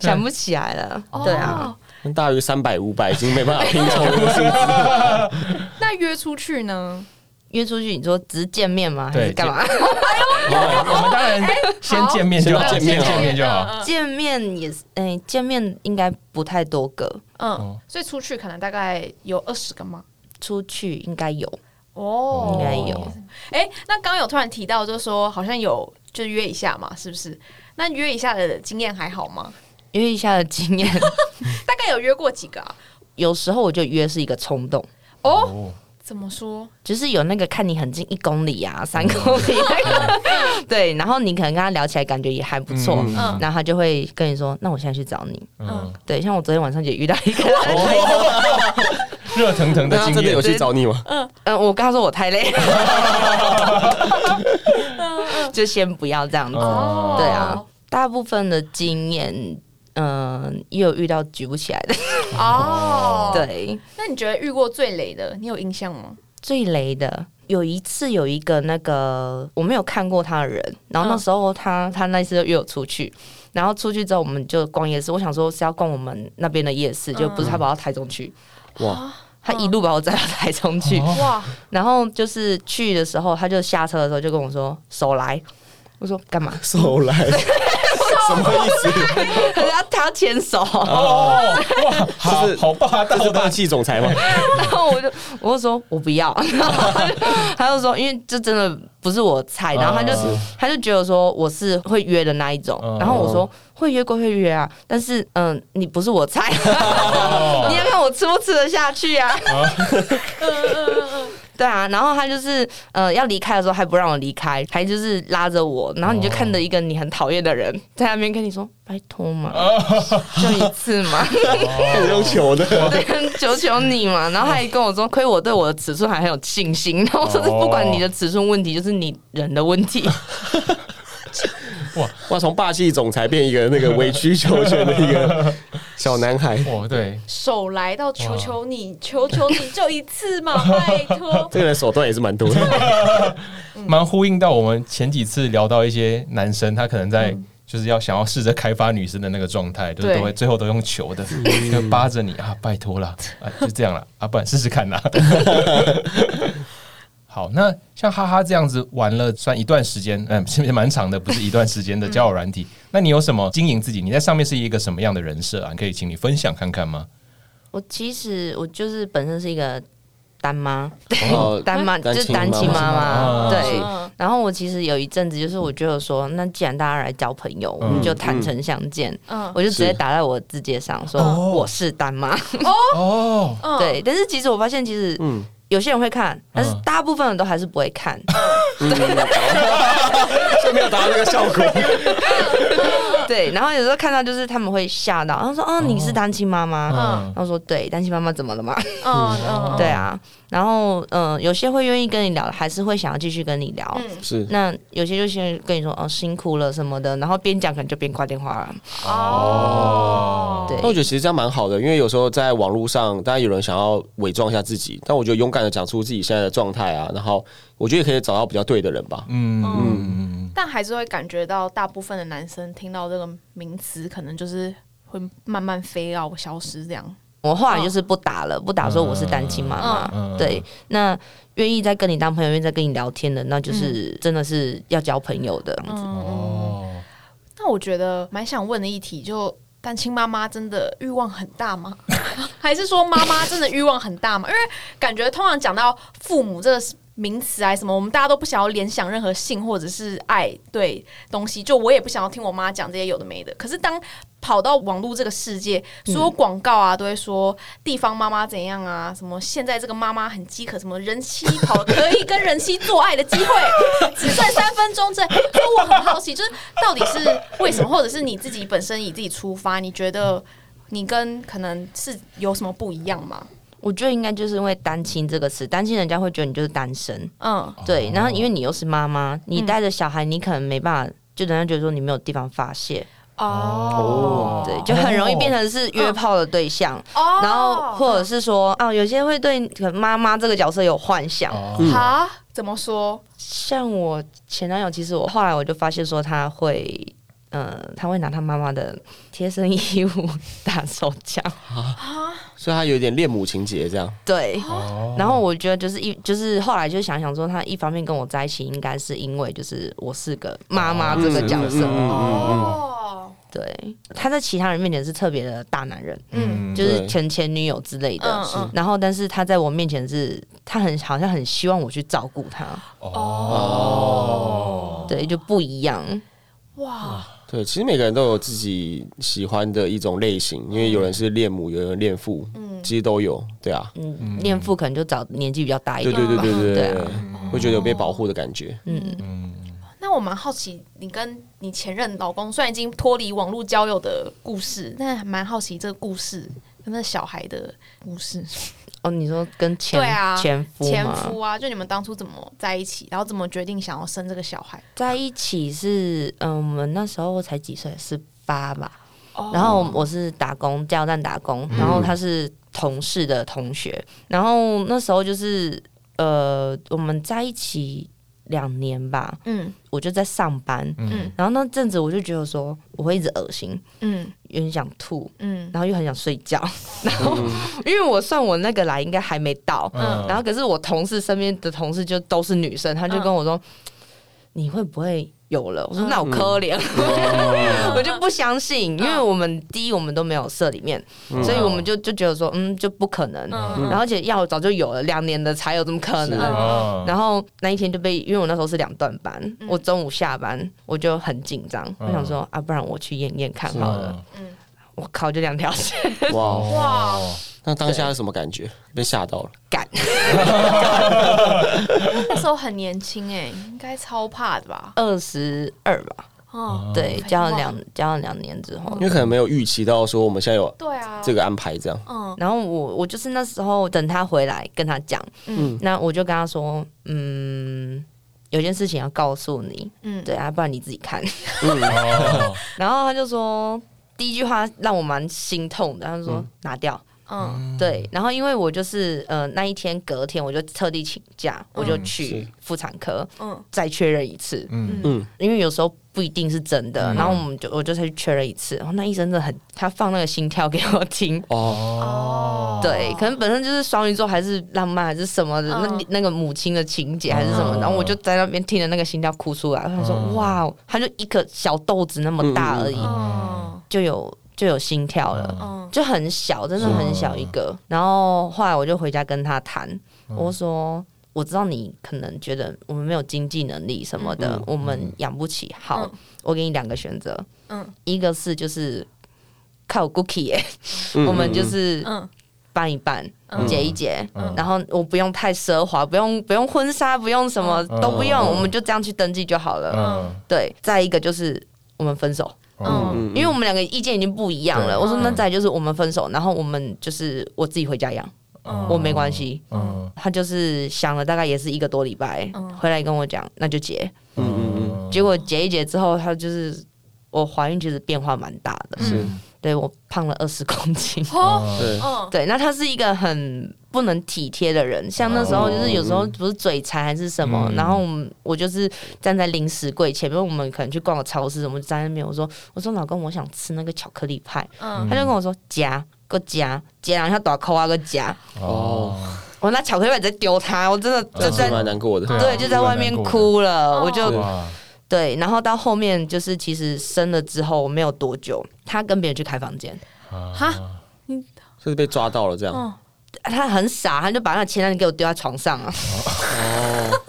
S6: 想不起来了。对啊，
S5: 哦，
S4: 大约三百五百已经没 办法拼凑那个数字。
S5: 那约出去呢？
S6: 约出去你说只是见面吗？
S3: 对
S6: 还是干嘛？
S3: 我们当然先见面就好，
S4: 先见
S3: 先
S4: 面
S3: 见面就好。
S5: 嗯
S6: 见面也是，哎，见面应该不太多个，
S5: 嗯，所以出去可能大概有二十个吗？
S6: 出去应该有，
S5: 哦，
S6: 应该有。
S5: 哎、那刚刚有突然提到，就是说好像有就约一下嘛，是不是？那约一下的经验还好吗？
S6: 约一下的经验，
S5: 大概有约过几个啊？
S6: 有时候我就约是一个冲动。
S5: 哦，
S3: 哦，
S5: 怎么说？
S6: 就是有那个看你很近一公里啊、三公里 那个，对，然后你可能跟他聊起来感觉也还不错，
S3: 嗯
S5: 嗯
S6: 然后他就会跟你说：“那我现在去找你。
S3: 嗯，”
S6: 对，像我昨天晚上也遇到一个，
S3: 热腾腾的
S4: 那他
S3: 经
S4: 真的有
S3: 验。
S4: 去找你 吗？
S6: 嗯，我跟他说我太累 了，就先不要这样
S5: 嗯
S6: 子。
S3: 哦
S6: 对啊，大部分的经验，嗯，也有遇到举不起来的。
S5: 哦，。
S6: 对，
S5: 那你觉得遇过最雷的，你有印象吗？
S6: 最雷的有一次有一个那个我没有看过他的人，然后那
S5: 嗯
S6: 时候他、他那次就约我出去，然后出去之后我们就逛夜市，我想说是要逛我们那边的夜市，就不是他跑到台中去，
S4: 哇，
S6: 他一路把我载到台中去，
S3: 哦
S5: 哇，
S6: 然后就是去的时候他就下车的时候就跟我说手来。我说干嘛？
S4: 手来，什么意思？
S6: 他说他要牵手，
S3: 哦，哇，好
S4: 就是
S3: 好霸
S4: 这
S3: 道
S4: 是霸
S3: 的，
S4: 气总裁吗？
S6: 然后 我就我就说我不 要，然后他就他就说因为这真的不是我菜，然后他就
S3: 嗯
S6: 他就觉得说我是会约的那一种
S3: 嗯，
S6: 然后我说会约归会约啊，但是嗯你不是我菜，
S3: 哦
S6: 你要看我吃不吃得下去 啊。对啊，然后他就是呃要离开的时候还不让我离开，还就是拉着我，然后
S3: 哦
S6: 你就看着一个你很讨厌的人在那边跟你说拜托 嘛，就一次嘛。
S4: 开始用球的，
S6: 对，求求你嘛！然后他还跟我说，亏我对我的尺寸还很有信心。然后我说，这不管你的尺寸问题，就是你人的问题。
S4: 哇，从霸气总裁变一个那个委曲求全的一个小男孩。
S3: 哦，对，
S5: 手来到求求你，求求你就一次嘛，拜托。
S4: 这个人手段也是蛮多的，
S3: 蛮呼应到我们前几次聊到一些男生，他可能在就是要想要试着开发女生的那个状态，就是
S5: 对
S3: 都会最后都用求的，就扒着你啊，拜托啦，啊，就这样啦，啊，不然试试看啦。 好，那像哈哈这样子玩了算一段时间，嗯，是蛮长的，不是一段时间的交友软体。那你有什么经营自己？你在上面是一个什么样的人设啊？你可以请你分享看看吗？
S6: 我其实我就是本身是一个单妈，
S4: 哦
S6: 单妈
S4: 单
S6: 就
S4: 亲
S6: 是单亲妈
S3: 妈妈
S6: 妈，对。
S5: 嗯
S6: 然后我其实有一阵子，就是我觉得说，那既然大家来交朋友，我们就坦诚相见。
S5: 嗯
S6: 我就直接
S4: 是
S6: 打在我字节上说
S3: 哦
S6: 我是单妈，
S3: 哦，
S5: 嗯
S6: 对。但是其实我发现，其实
S4: 嗯
S6: 有些人会看，但是
S3: 嗯
S6: 大部分人都还是不会看。
S4: 就没有达到这个效果。
S6: 对，然后有时候看到就是他们会吓到，然后说：“哦，你是单亲妈妈。
S3: 嗯
S6: 然后说：“对，单亲妈妈怎么了嘛？”
S5: 嗯 嗯，
S6: 对啊，然后嗯、呃有些会愿意跟你聊，还是会想要继续跟你聊。
S5: 嗯
S4: 是
S6: 那有些就先跟你说哦辛苦了什么的，然后边讲可能就边挂电话了。
S5: 哦，
S6: 对
S4: 那我觉得其实这样蛮好的，因为有时候在网络上，当然有人想要伪装一下自己，但我觉得勇敢的讲出自己现在的状态啊，然后我觉得也可以找到比较对的人吧。
S3: 嗯嗯
S5: 嗯，但还是会感觉到大部分的男生听到这个名词，可能就是会慢慢飞到消失这样。
S6: 我后来就是不打了，不打说我是单亲妈妈。
S3: 嗯
S6: 对，那愿意再跟你当朋友，愿意再跟你聊天的，那就是真的是要交朋友的。
S3: 哦，
S5: 那我觉得蛮想问的一题，就单亲妈妈真的欲望很大吗？ 还是说妈妈真的欲望很大吗？因为感觉通常讲到父母这个名词啊什么，我们大家都不想要联想任何性或者是爱对东西，就我也不想要听我妈讲这些有的没的。可是当跑到网络这个世界，所有广告啊都会说地方妈妈怎样啊，什么现在这个妈妈很饥渴，什么人妻跑可以跟人妻做爱的机 会只剩三分钟这，所以我很好奇，就是到底是为什么，或者是你自己本身以自己出发，你觉得你跟可能是有什么不一样吗？
S6: 我觉得应该就是因为单亲这个词，单亲人家会觉得你就是单身。
S5: 嗯
S6: 对，然后因为你又是妈妈，你带着小孩，你可能没办法。就人家觉得说你没有地方发泄，
S5: 哦
S6: 对，就很容易变成是约炮的对象，
S5: 哦
S6: 然后或者是说，哦，有些会对可能妈妈这个角色有幻想，
S4: 嗯
S5: 哈怎么说？
S6: 像我前男友，其实我后来我就发现说他会，呃，他会拿他妈妈的贴身衣物 打手枪，
S4: 所以他有点恋母情节这样。
S6: 对，
S3: 哦
S6: 然后我觉得就是一就是后来就想想说，他一方面跟我在一起，应该是因为就是我是个妈妈这个角
S4: 嗯
S6: 色，
S5: 哦，
S6: 对，他在其他人面前是特别的大男人，
S5: 嗯
S6: 就是
S4: 对
S6: 前前女友之类的
S5: 嗯。嗯
S6: 然后，但是他在我面前是，他很好像很希望我去照顾他，
S5: 哦，
S6: 对，就不一样。
S5: 哇，
S4: 对，其实每个人都有自己喜欢的一种类型，因为有人是恋母，有人恋父，
S5: 嗯
S4: 其实都有，对啊，
S6: 嗯，恋父可能就找年纪比较大一
S4: 对
S6: 点
S4: 对对
S6: 吧，
S4: 对对
S6: 对
S4: 对
S6: 啊，
S4: 会觉得有被保护的感觉。
S6: 嗯，
S5: 那我蛮好奇，你跟你前任老公虽然已经脱离网络交友的故事，但还蛮好奇这个故事那小孩的故事，
S6: 哦，你说跟前
S5: 对啊，
S6: 前夫
S5: 前
S6: 吗
S5: 夫啊，就你们当初怎么在一起，然后怎么决定想要生这个小孩？
S6: 在一起是，嗯，我们那时候才几岁，十八吧。
S5: 哦
S6: 然后我是打工，加油站打工，然后他是同事的同学，然后那时候就是呃，我们在一起两年吧，
S5: 嗯
S6: 我就在上班，
S5: 嗯
S6: 然后那阵子我就觉得说我会一直恶心，
S5: 嗯
S6: 有点想吐，
S5: 嗯
S6: 然后又很想睡觉， 然后、因为我算我那个来应该还没到，
S3: 嗯
S6: 然后可是我同事身边的同事就都是女生，她就跟我说：“你会不会有了？”我说：“那我可怜。 我就不相信，因为我们第一我们都没有社里面，所以我们就就觉得说，嗯，就不可能。
S5: 嗯
S6: 然后而且药早就有了，两年的才有，怎么可
S4: 是
S6: 能？
S3: 哦
S6: 然后那一天就被，因为我那时候是两段班，我中午下班我就很紧张，我想说啊，不然我去验验看好
S3: 啊
S6: 了。我靠，就两条线，
S4: 哇，
S5: 哇，
S4: 那当下是什么感觉？被吓到了，
S6: 干。
S5: 那时候很年轻哎、应该超怕的吧？
S6: 二十二吧，
S5: 哦，
S6: 对，
S5: 哎
S6: 交了
S5: 哇
S6: 两交了两年之后
S4: 因，为可能没有预期到说我们现在有
S5: 对啊，
S4: 这个安排，这样
S5: 嗯
S6: 然后我我就是那时候等他回来跟他讲，
S5: 嗯
S6: 那我就跟他说，嗯，有件事情要告诉你，
S5: 嗯，
S6: 对啊，不然你自己看。嗯
S3: 哦，
S6: 然后他就说第一句话让我蛮心痛的，他就说、拿掉。
S5: 嗯
S6: 对，然后因为我就是呃那一天隔天我就特地请假，我就去
S4: 是
S6: 妇产科
S5: 嗯
S6: 再确认一次，
S3: 嗯
S6: 因为有时候不一定是真的，然后我们就我就才去确认一次，然后那医生真的很，他放那个心跳给我听。
S4: 哦，
S5: 哦
S6: 对，可能本身就是双鱼座，还是浪漫，还是什么的，
S5: 嗯
S6: 那那个母亲的情节还是什么，
S3: 嗯
S6: 然后我就在那边听着那个心跳哭出来，我想说、
S3: 嗯
S6: 哇，他就一颗小豆子那么大而已，
S5: 嗯
S6: 就有就有心跳了。
S5: 嗯
S6: 就很小，真的很小一个。然后后来我就回家跟他谈，我说。我知道你可能觉得我们没有经济能力什么的，
S4: 嗯
S6: 我们养不起。好，
S5: 嗯
S6: 我给你两个选择，
S5: 嗯
S6: 一个是就是靠 Gucci，、欸
S4: 嗯
S6: 我们就
S4: 嗯
S6: 是
S5: 嗯
S6: 办一办，
S5: 嗯
S6: 结一结，
S3: 嗯
S6: 然后我不用太奢华，不用不用婚纱，不用什么、
S3: 嗯
S6: 都不用，
S4: 嗯
S6: 我们就这样去登记就好了。
S3: 嗯
S6: 对，再一个就是我们分手。
S3: 嗯
S4: 嗯
S6: 因为我们两个意见已经不一样了。
S3: 对
S6: 我说
S5: 嗯
S6: 那再就是我们分手，然后我们就是我自己回家养，
S3: 嗯
S6: 我没关系。
S3: 嗯
S6: 他就是想了大概也是一个多礼拜，
S5: 嗯
S6: 回来跟我讲那就结。
S4: 嗯嗯
S6: 结果结一结之后，他就是我怀孕其实变化蛮大的，
S4: 嗯，是，
S6: 对我胖了二十公斤。
S5: 哦
S4: 对，
S5: 嗯
S6: 对，那他是一个很不能体贴的人，像那时候就是有时候不是嘴馋还是什么，
S3: 哦嗯
S6: 然后我们我就是站在零食柜前面，我们可能去逛个超市，我们就站在那边我说我说老公，我想吃那个巧克力派，
S5: 嗯
S6: 他就跟我说夹，给我夹，夹两下打扣啊，给我夹。
S3: 哦，
S6: 我拿巧克力板直接丢他，我真的就
S4: 这嗯
S6: 在
S4: 是、蛮难过的，
S5: 嗯
S3: 对啊
S6: 对就啊在外面哭了，我
S5: 蛮难过
S6: 就
S4: 的
S3: 哇，
S6: 对，然后到后面就是其实生了之后没有多久，他跟别人去开房间，
S5: 哈
S4: 就是被抓到了这样，
S5: 嗯
S6: 他很傻，他就把那个前男友给我丢在床上啊，嗯
S4: 哦，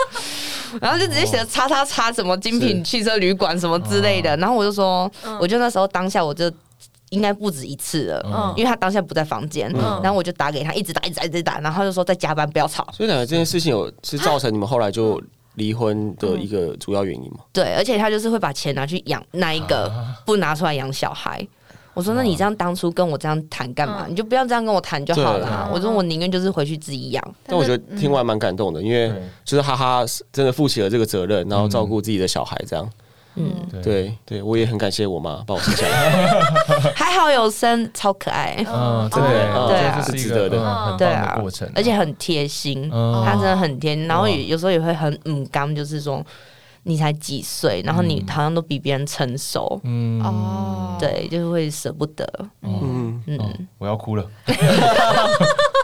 S6: 然后就直接
S5: 哦
S6: 写叉叉叉什么精品
S4: 是
S6: 汽车旅馆什么之类的，然后我就说，
S5: 嗯
S6: 我就那时候当下我就应该不止一次了。
S5: 嗯
S6: 因为他当下不在房间，
S5: 嗯
S6: 然后我就打给他，一直打，一直打，一直打，然后他就说在加班，不要吵。
S4: 所以两个这件事情有是造成你们后来就离婚的一个主要原因吗？
S6: 对，而且他就是会把钱拿去养那一个，
S5: 啊
S6: 不拿出来养小孩。我说，那
S5: 哦
S6: 你这样当初跟我这样谈干嘛？
S5: 嗯
S6: 你就不要这样跟我谈就好了
S5: 对。啊
S6: 我说，我宁愿就是回去自己养。
S4: 但我觉
S6: 嗯
S4: 得听完蛮感动的，因为
S3: 对
S4: 就是哈哈真的负起了这个责任，然后照顾自己的小孩这样。
S6: 嗯，
S3: 对，
S4: 对对，我也很感谢我 妈把我生下来。
S6: 还好有生，超可爱，
S3: 嗯，真
S5: 哦
S3: 的，
S6: 对啊
S3: 这就是一
S4: 是值得
S3: 个
S4: 的
S3: 嗯很
S6: 对
S3: 棒
S6: 啊
S3: 的过程，
S6: 而且很贴心。
S3: 嗯
S6: 他真的很贴心，然后
S3: 哇
S6: 有有时候也会很嗯刚，就是说你才几岁，然后你好像都比别人成熟，
S3: 嗯，
S5: 哦，
S6: 对，就是会舍不得。
S4: 嗯，
S6: 嗯，
S3: 我要哭了，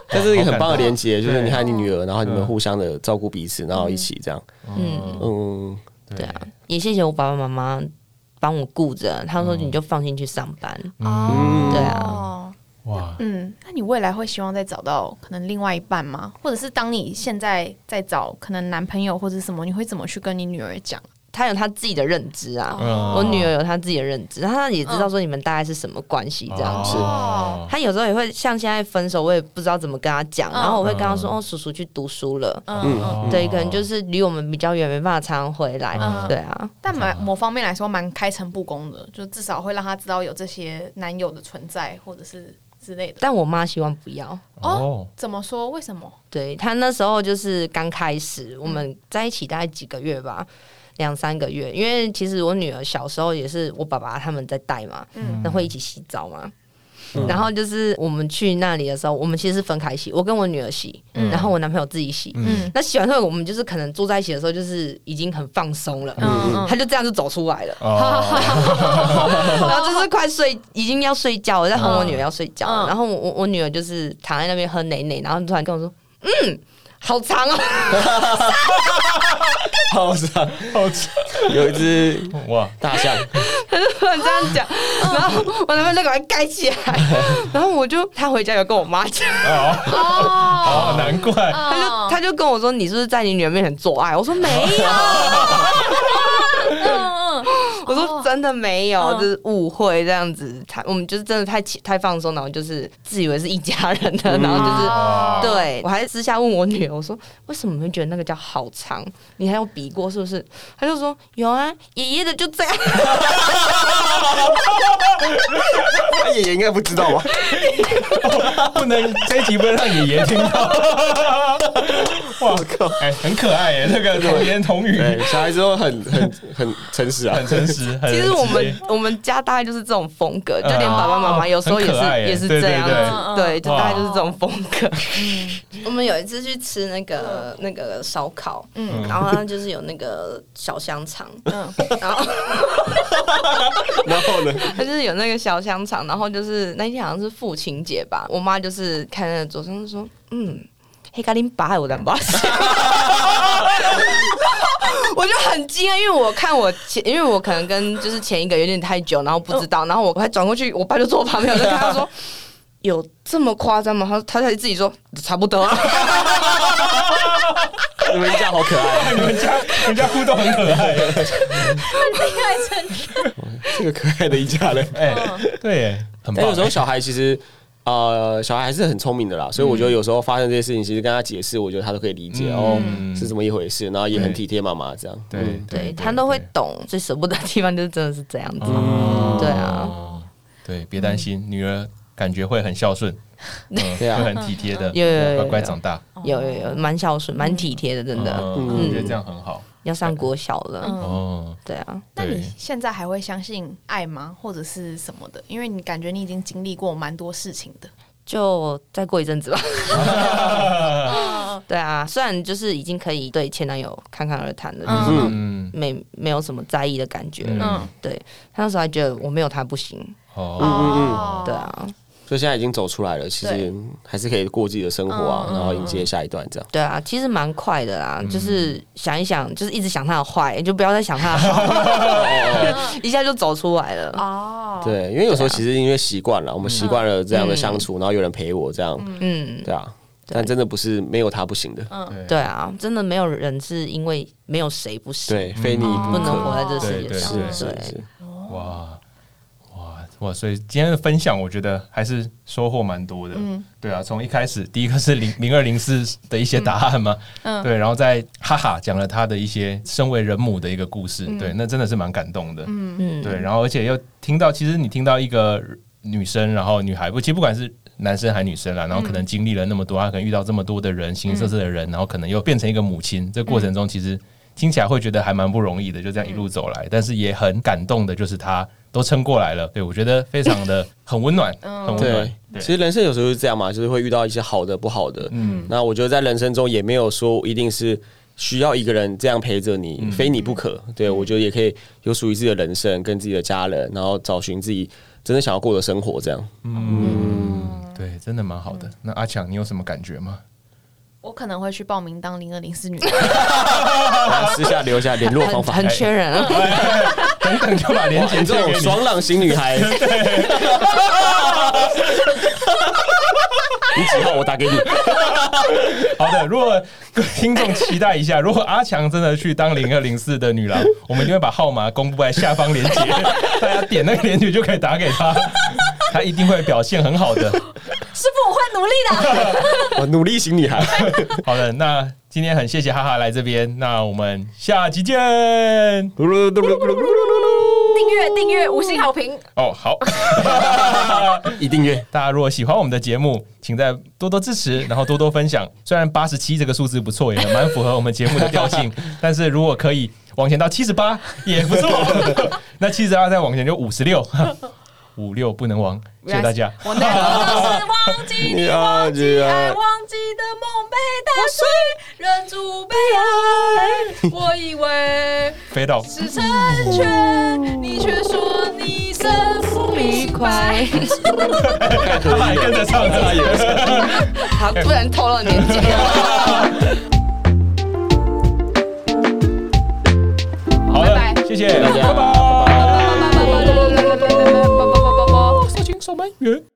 S4: 这是一个很棒的连接，就是你和你女儿，然后你们
S3: 嗯
S4: 互相的照顾彼此，然后一起这样。
S6: 嗯，
S4: 嗯，
S6: 对啊，也谢谢我爸爸妈妈帮我顾着，他
S3: 嗯
S6: 说你就放心去上班。
S5: 哦，
S6: 对
S5: 啊。
S3: 哇，
S5: 嗯，那你未来会希望再找到可能另外一半吗？或者是当你现在在找可能男朋友或者什么，你会怎么去跟你女儿讲？
S6: 他有他自己的认知
S5: 哦
S6: 啊，
S3: 嗯
S6: 我女儿有她自己的认知，她也知道说你们大概是什么关系这样子。
S3: 哦
S6: 她有时候也会像现在分手，我也不知道怎么跟她
S3: 嗯
S6: 讲，然后我会跟她说：“哦，叔叔去读书了。
S5: 嗯
S3: 哦
S6: 对，可能就是离我们比较远，没办法常常回来。
S5: 嗯
S6: 对啊，
S5: 但某某方面来说，蛮开诚布公的，就至少会让她知道有这些男友的存在，或者是之类的。
S6: 但我妈希望不要。
S5: 哦，怎么说？为什么？
S6: 对她那时候就是刚开始，我
S5: 嗯
S6: 们在一起大概几个月吧，两三个月。因为其实我女儿小时候也是我爸爸他们在带嘛，
S5: 嗯
S6: 那会一起洗澡嘛。然后就是我们去那里的时候，我们其实是分开洗，我跟我女儿洗，然后我男朋友自己洗。
S5: 嗯
S6: 那洗完后，我们就是可能坐在一起的时候，就是已经很放松了，
S5: 嗯
S6: 他就这样就走出来了，
S3: 哦，
S6: 然后就是快睡，已经要睡觉了，在哄我女儿要睡觉了。
S5: 嗯
S6: 然后我我我女儿就是躺在那边喝奶奶，然后突然跟我说：“嗯，好长哦。
S4: 好长，
S3: 好长
S4: 有一只
S3: 哇，
S4: 大象，”
S6: 突然这样讲，
S5: 嗯
S6: 然后我男朋友就赶快盖起来， 然后我就他回家有跟我妈讲，
S3: 哦，哦
S5: 哦， 嗯
S3: 难怪，
S6: 他就他就跟我说：“你是不是在你女儿面前做爱？”我说：“没有。”
S5: 嗯嗯
S6: 我说真的没有，
S5: 嗯
S6: 就是误会这样子。他我们就是真的太起太放松，然后就是自以为是一家人的，然后就是。
S5: 哦
S6: 对，我还私下问我女儿，我说为什么你会觉得那个叫好长？你还有比过是不是？她就说有啊，爷爷的就这 样，
S4: 他爷爷应该不知道 吧？
S3: 不能这一集不能让爷爷听到。哇靠！哎、很可爱耶，这个童言童语，
S4: 对，小孩子都很很很诚实啊
S3: 很。诚实。很
S6: 其实我们
S3: 直接
S6: 我们家大概就是这种风格，就
S3: 哎嗯
S6: 连爸爸妈妈有时候也
S3: 很
S6: 是
S3: 可爱耶
S6: 也是
S3: 对
S6: 这样
S3: 对对
S6: 子，对，就大概就是这种风格。我们有一次去吃那个那个烧烤，嗯，然后它就是有那个小香肠，
S5: 嗯
S6: 然后。
S4: 然后呢，
S6: 他就是有那个小香肠，然后就是那天好像是父亲节吧，我妈就是看那个桌上就说，嗯，黑咖喱把我的巴西。 我就很惊讶，因为我看我前，因为我可能跟就是前一个有点太久，然后不知道，然后我还转过去，我爸就坐我旁边，我就跟他说：“有这么夸张吗？”他他才自己说：“差不多啊。”
S4: 你们一家好可爱，啊
S3: 你们家人家互动很可爱耶，
S4: 这个可爱的一家人。
S3: 哎、对耶，很
S4: 但
S3: 棒。
S4: 有时候小孩其实。呃，小孩还是很聪明的啦，所以我觉得有时候发生这些事情，其实跟他解释，我觉得他都可以理解、哦，是怎么一回事，然后也很体贴妈妈这样。
S3: 对
S4: 嗯，
S6: 对他都会懂，最舍不得的地方就是真的是这样子。
S3: 嗯
S6: 对啊，
S3: 对，别担心，女儿感觉会很孝顺，嗯，
S4: 对啊
S3: 会很体贴的，
S6: 有有有有
S3: 乖乖长大，
S6: 有有有，蛮孝顺，蛮体贴的，真的。
S3: 嗯，我觉得这样很好。
S6: 要上国小了，
S5: 嗯
S3: 哦，
S6: 对啊，
S5: 那
S3: 对
S5: 你现在还会相信爱吗？或者是什么的？因为你感觉你已经经历过蛮多事情的。
S6: 就再过一阵子 吧。对啊，虽然就是已经可以对前男友侃侃而谈了，就是
S5: 嗯
S3: 嗯，
S6: 没没有什么在意的感觉了。
S5: 嗯
S6: 对他那时候还觉得我没有他不行，
S3: 哦，
S5: 哦
S6: 对，啊，
S4: 所以现在已经走出来了，其实
S5: 对
S4: 还是可以过自己的生活啊，
S5: 嗯
S4: 然后迎接下一段这样。
S6: 对啊，其实蛮快的啦，就是想一想，就是一直想他的坏，就不要再想他的好，一下就走出来了。
S5: 哦，
S4: 对，啊因为有时候其实因为习惯了，我们
S5: 嗯
S4: 习惯了这样的相处，然后有人陪我这样，
S6: 嗯，
S4: 对啊。但真的不是没有他不行的，
S6: 对啊，真的没有人是因为没有谁不行，
S4: 对，非你不
S6: 不能
S4: 可。
S6: 活在这世界
S3: 对
S6: 上
S3: 对，
S4: 是
S6: 对
S4: 是。是，
S3: 哇哇哇！所以今天的分享，我觉得还是收获蛮多的。嗯，对啊，从一开始第一个是零 零二零四的一些答案嘛，嗯，对，然后再哈哈讲了他的一些身为人母的一个故事，对，那真的是蛮感动的。嗯，
S6: 嗯，
S3: 对，然后而且又听到，其实你听到一个女生，然后女孩，不，其实不管是。男生还女生啦，然后可能经历了那么多，她可能遇到这么多的人，形形色色的人，然后可能又变成一个母亲。这过程中，其实听起来会觉得还蛮不容易的，就这样一路走来，但是也很感动的，就是他都撑过来了。对我觉得非常的很温暖，很温
S4: 对
S3: 暖。。嗯
S4: 其实人生有时候是这样嘛，就是会遇到一些好的、不好的。嗯，那我觉得在人生中也没有说一定是需要一个人这样陪着你，非你不可。对我觉得也可以有属于自己的人生，跟自己的家人，然后找寻自己真正想要过的生活。这样，
S3: 对，真的蛮好的。那阿强，你有什么感觉吗？
S5: 我可能会去报名当零二零四女。
S4: 大家私下留下联络方
S6: 很
S4: 法。
S6: 很缺人啊。
S3: 等等就把连
S4: 哇
S3: 接
S4: 你这
S3: 贴
S4: 种
S3: 给你。
S4: 爽朗型女孩，你几号我打给你。
S3: 好的，如果各位听众期待一下，如果阿强真的去当零二零四的女郎，我们一定会把号码公布在下方链接，大家点那个链接就可以打给他， 他一定会表现很好的。
S5: 师傅，我会努力的。
S4: 我努力型女孩，
S3: 好的，那今天很谢谢哈哈来这边，那我们下期见。
S4: 嘟噜嘟噜嘟噜嘟噜嘟噜
S5: 订阅订阅五星好评，
S3: 哦，好，
S4: 一订阅。
S3: 大家如果喜欢我们的节目，请再多多支持，然后多多分享。虽然八十七这个数字不错，也蛮符合我们节目的调性，但是如果可以往前到七十八也不错。那七十八再往前就五十六， 五六不能亡。谢谢大家。
S5: 我那都是忘记你，忘记爱，忘记的梦被打碎，忍住悲哀。我以为
S3: 飞到
S5: 是成全，你却说你身负
S6: 愉
S5: 明
S6: 快
S5: 白。，
S3: 他也跟着唱了，
S6: 好，不然透露年纪。
S3: 好了
S5: 拜，拜
S3: 谢谢大家，拜拜，
S5: 拜拜拜拜拜拜拜拜拜拜拜拜拜拜。
S3: 收听收麦元。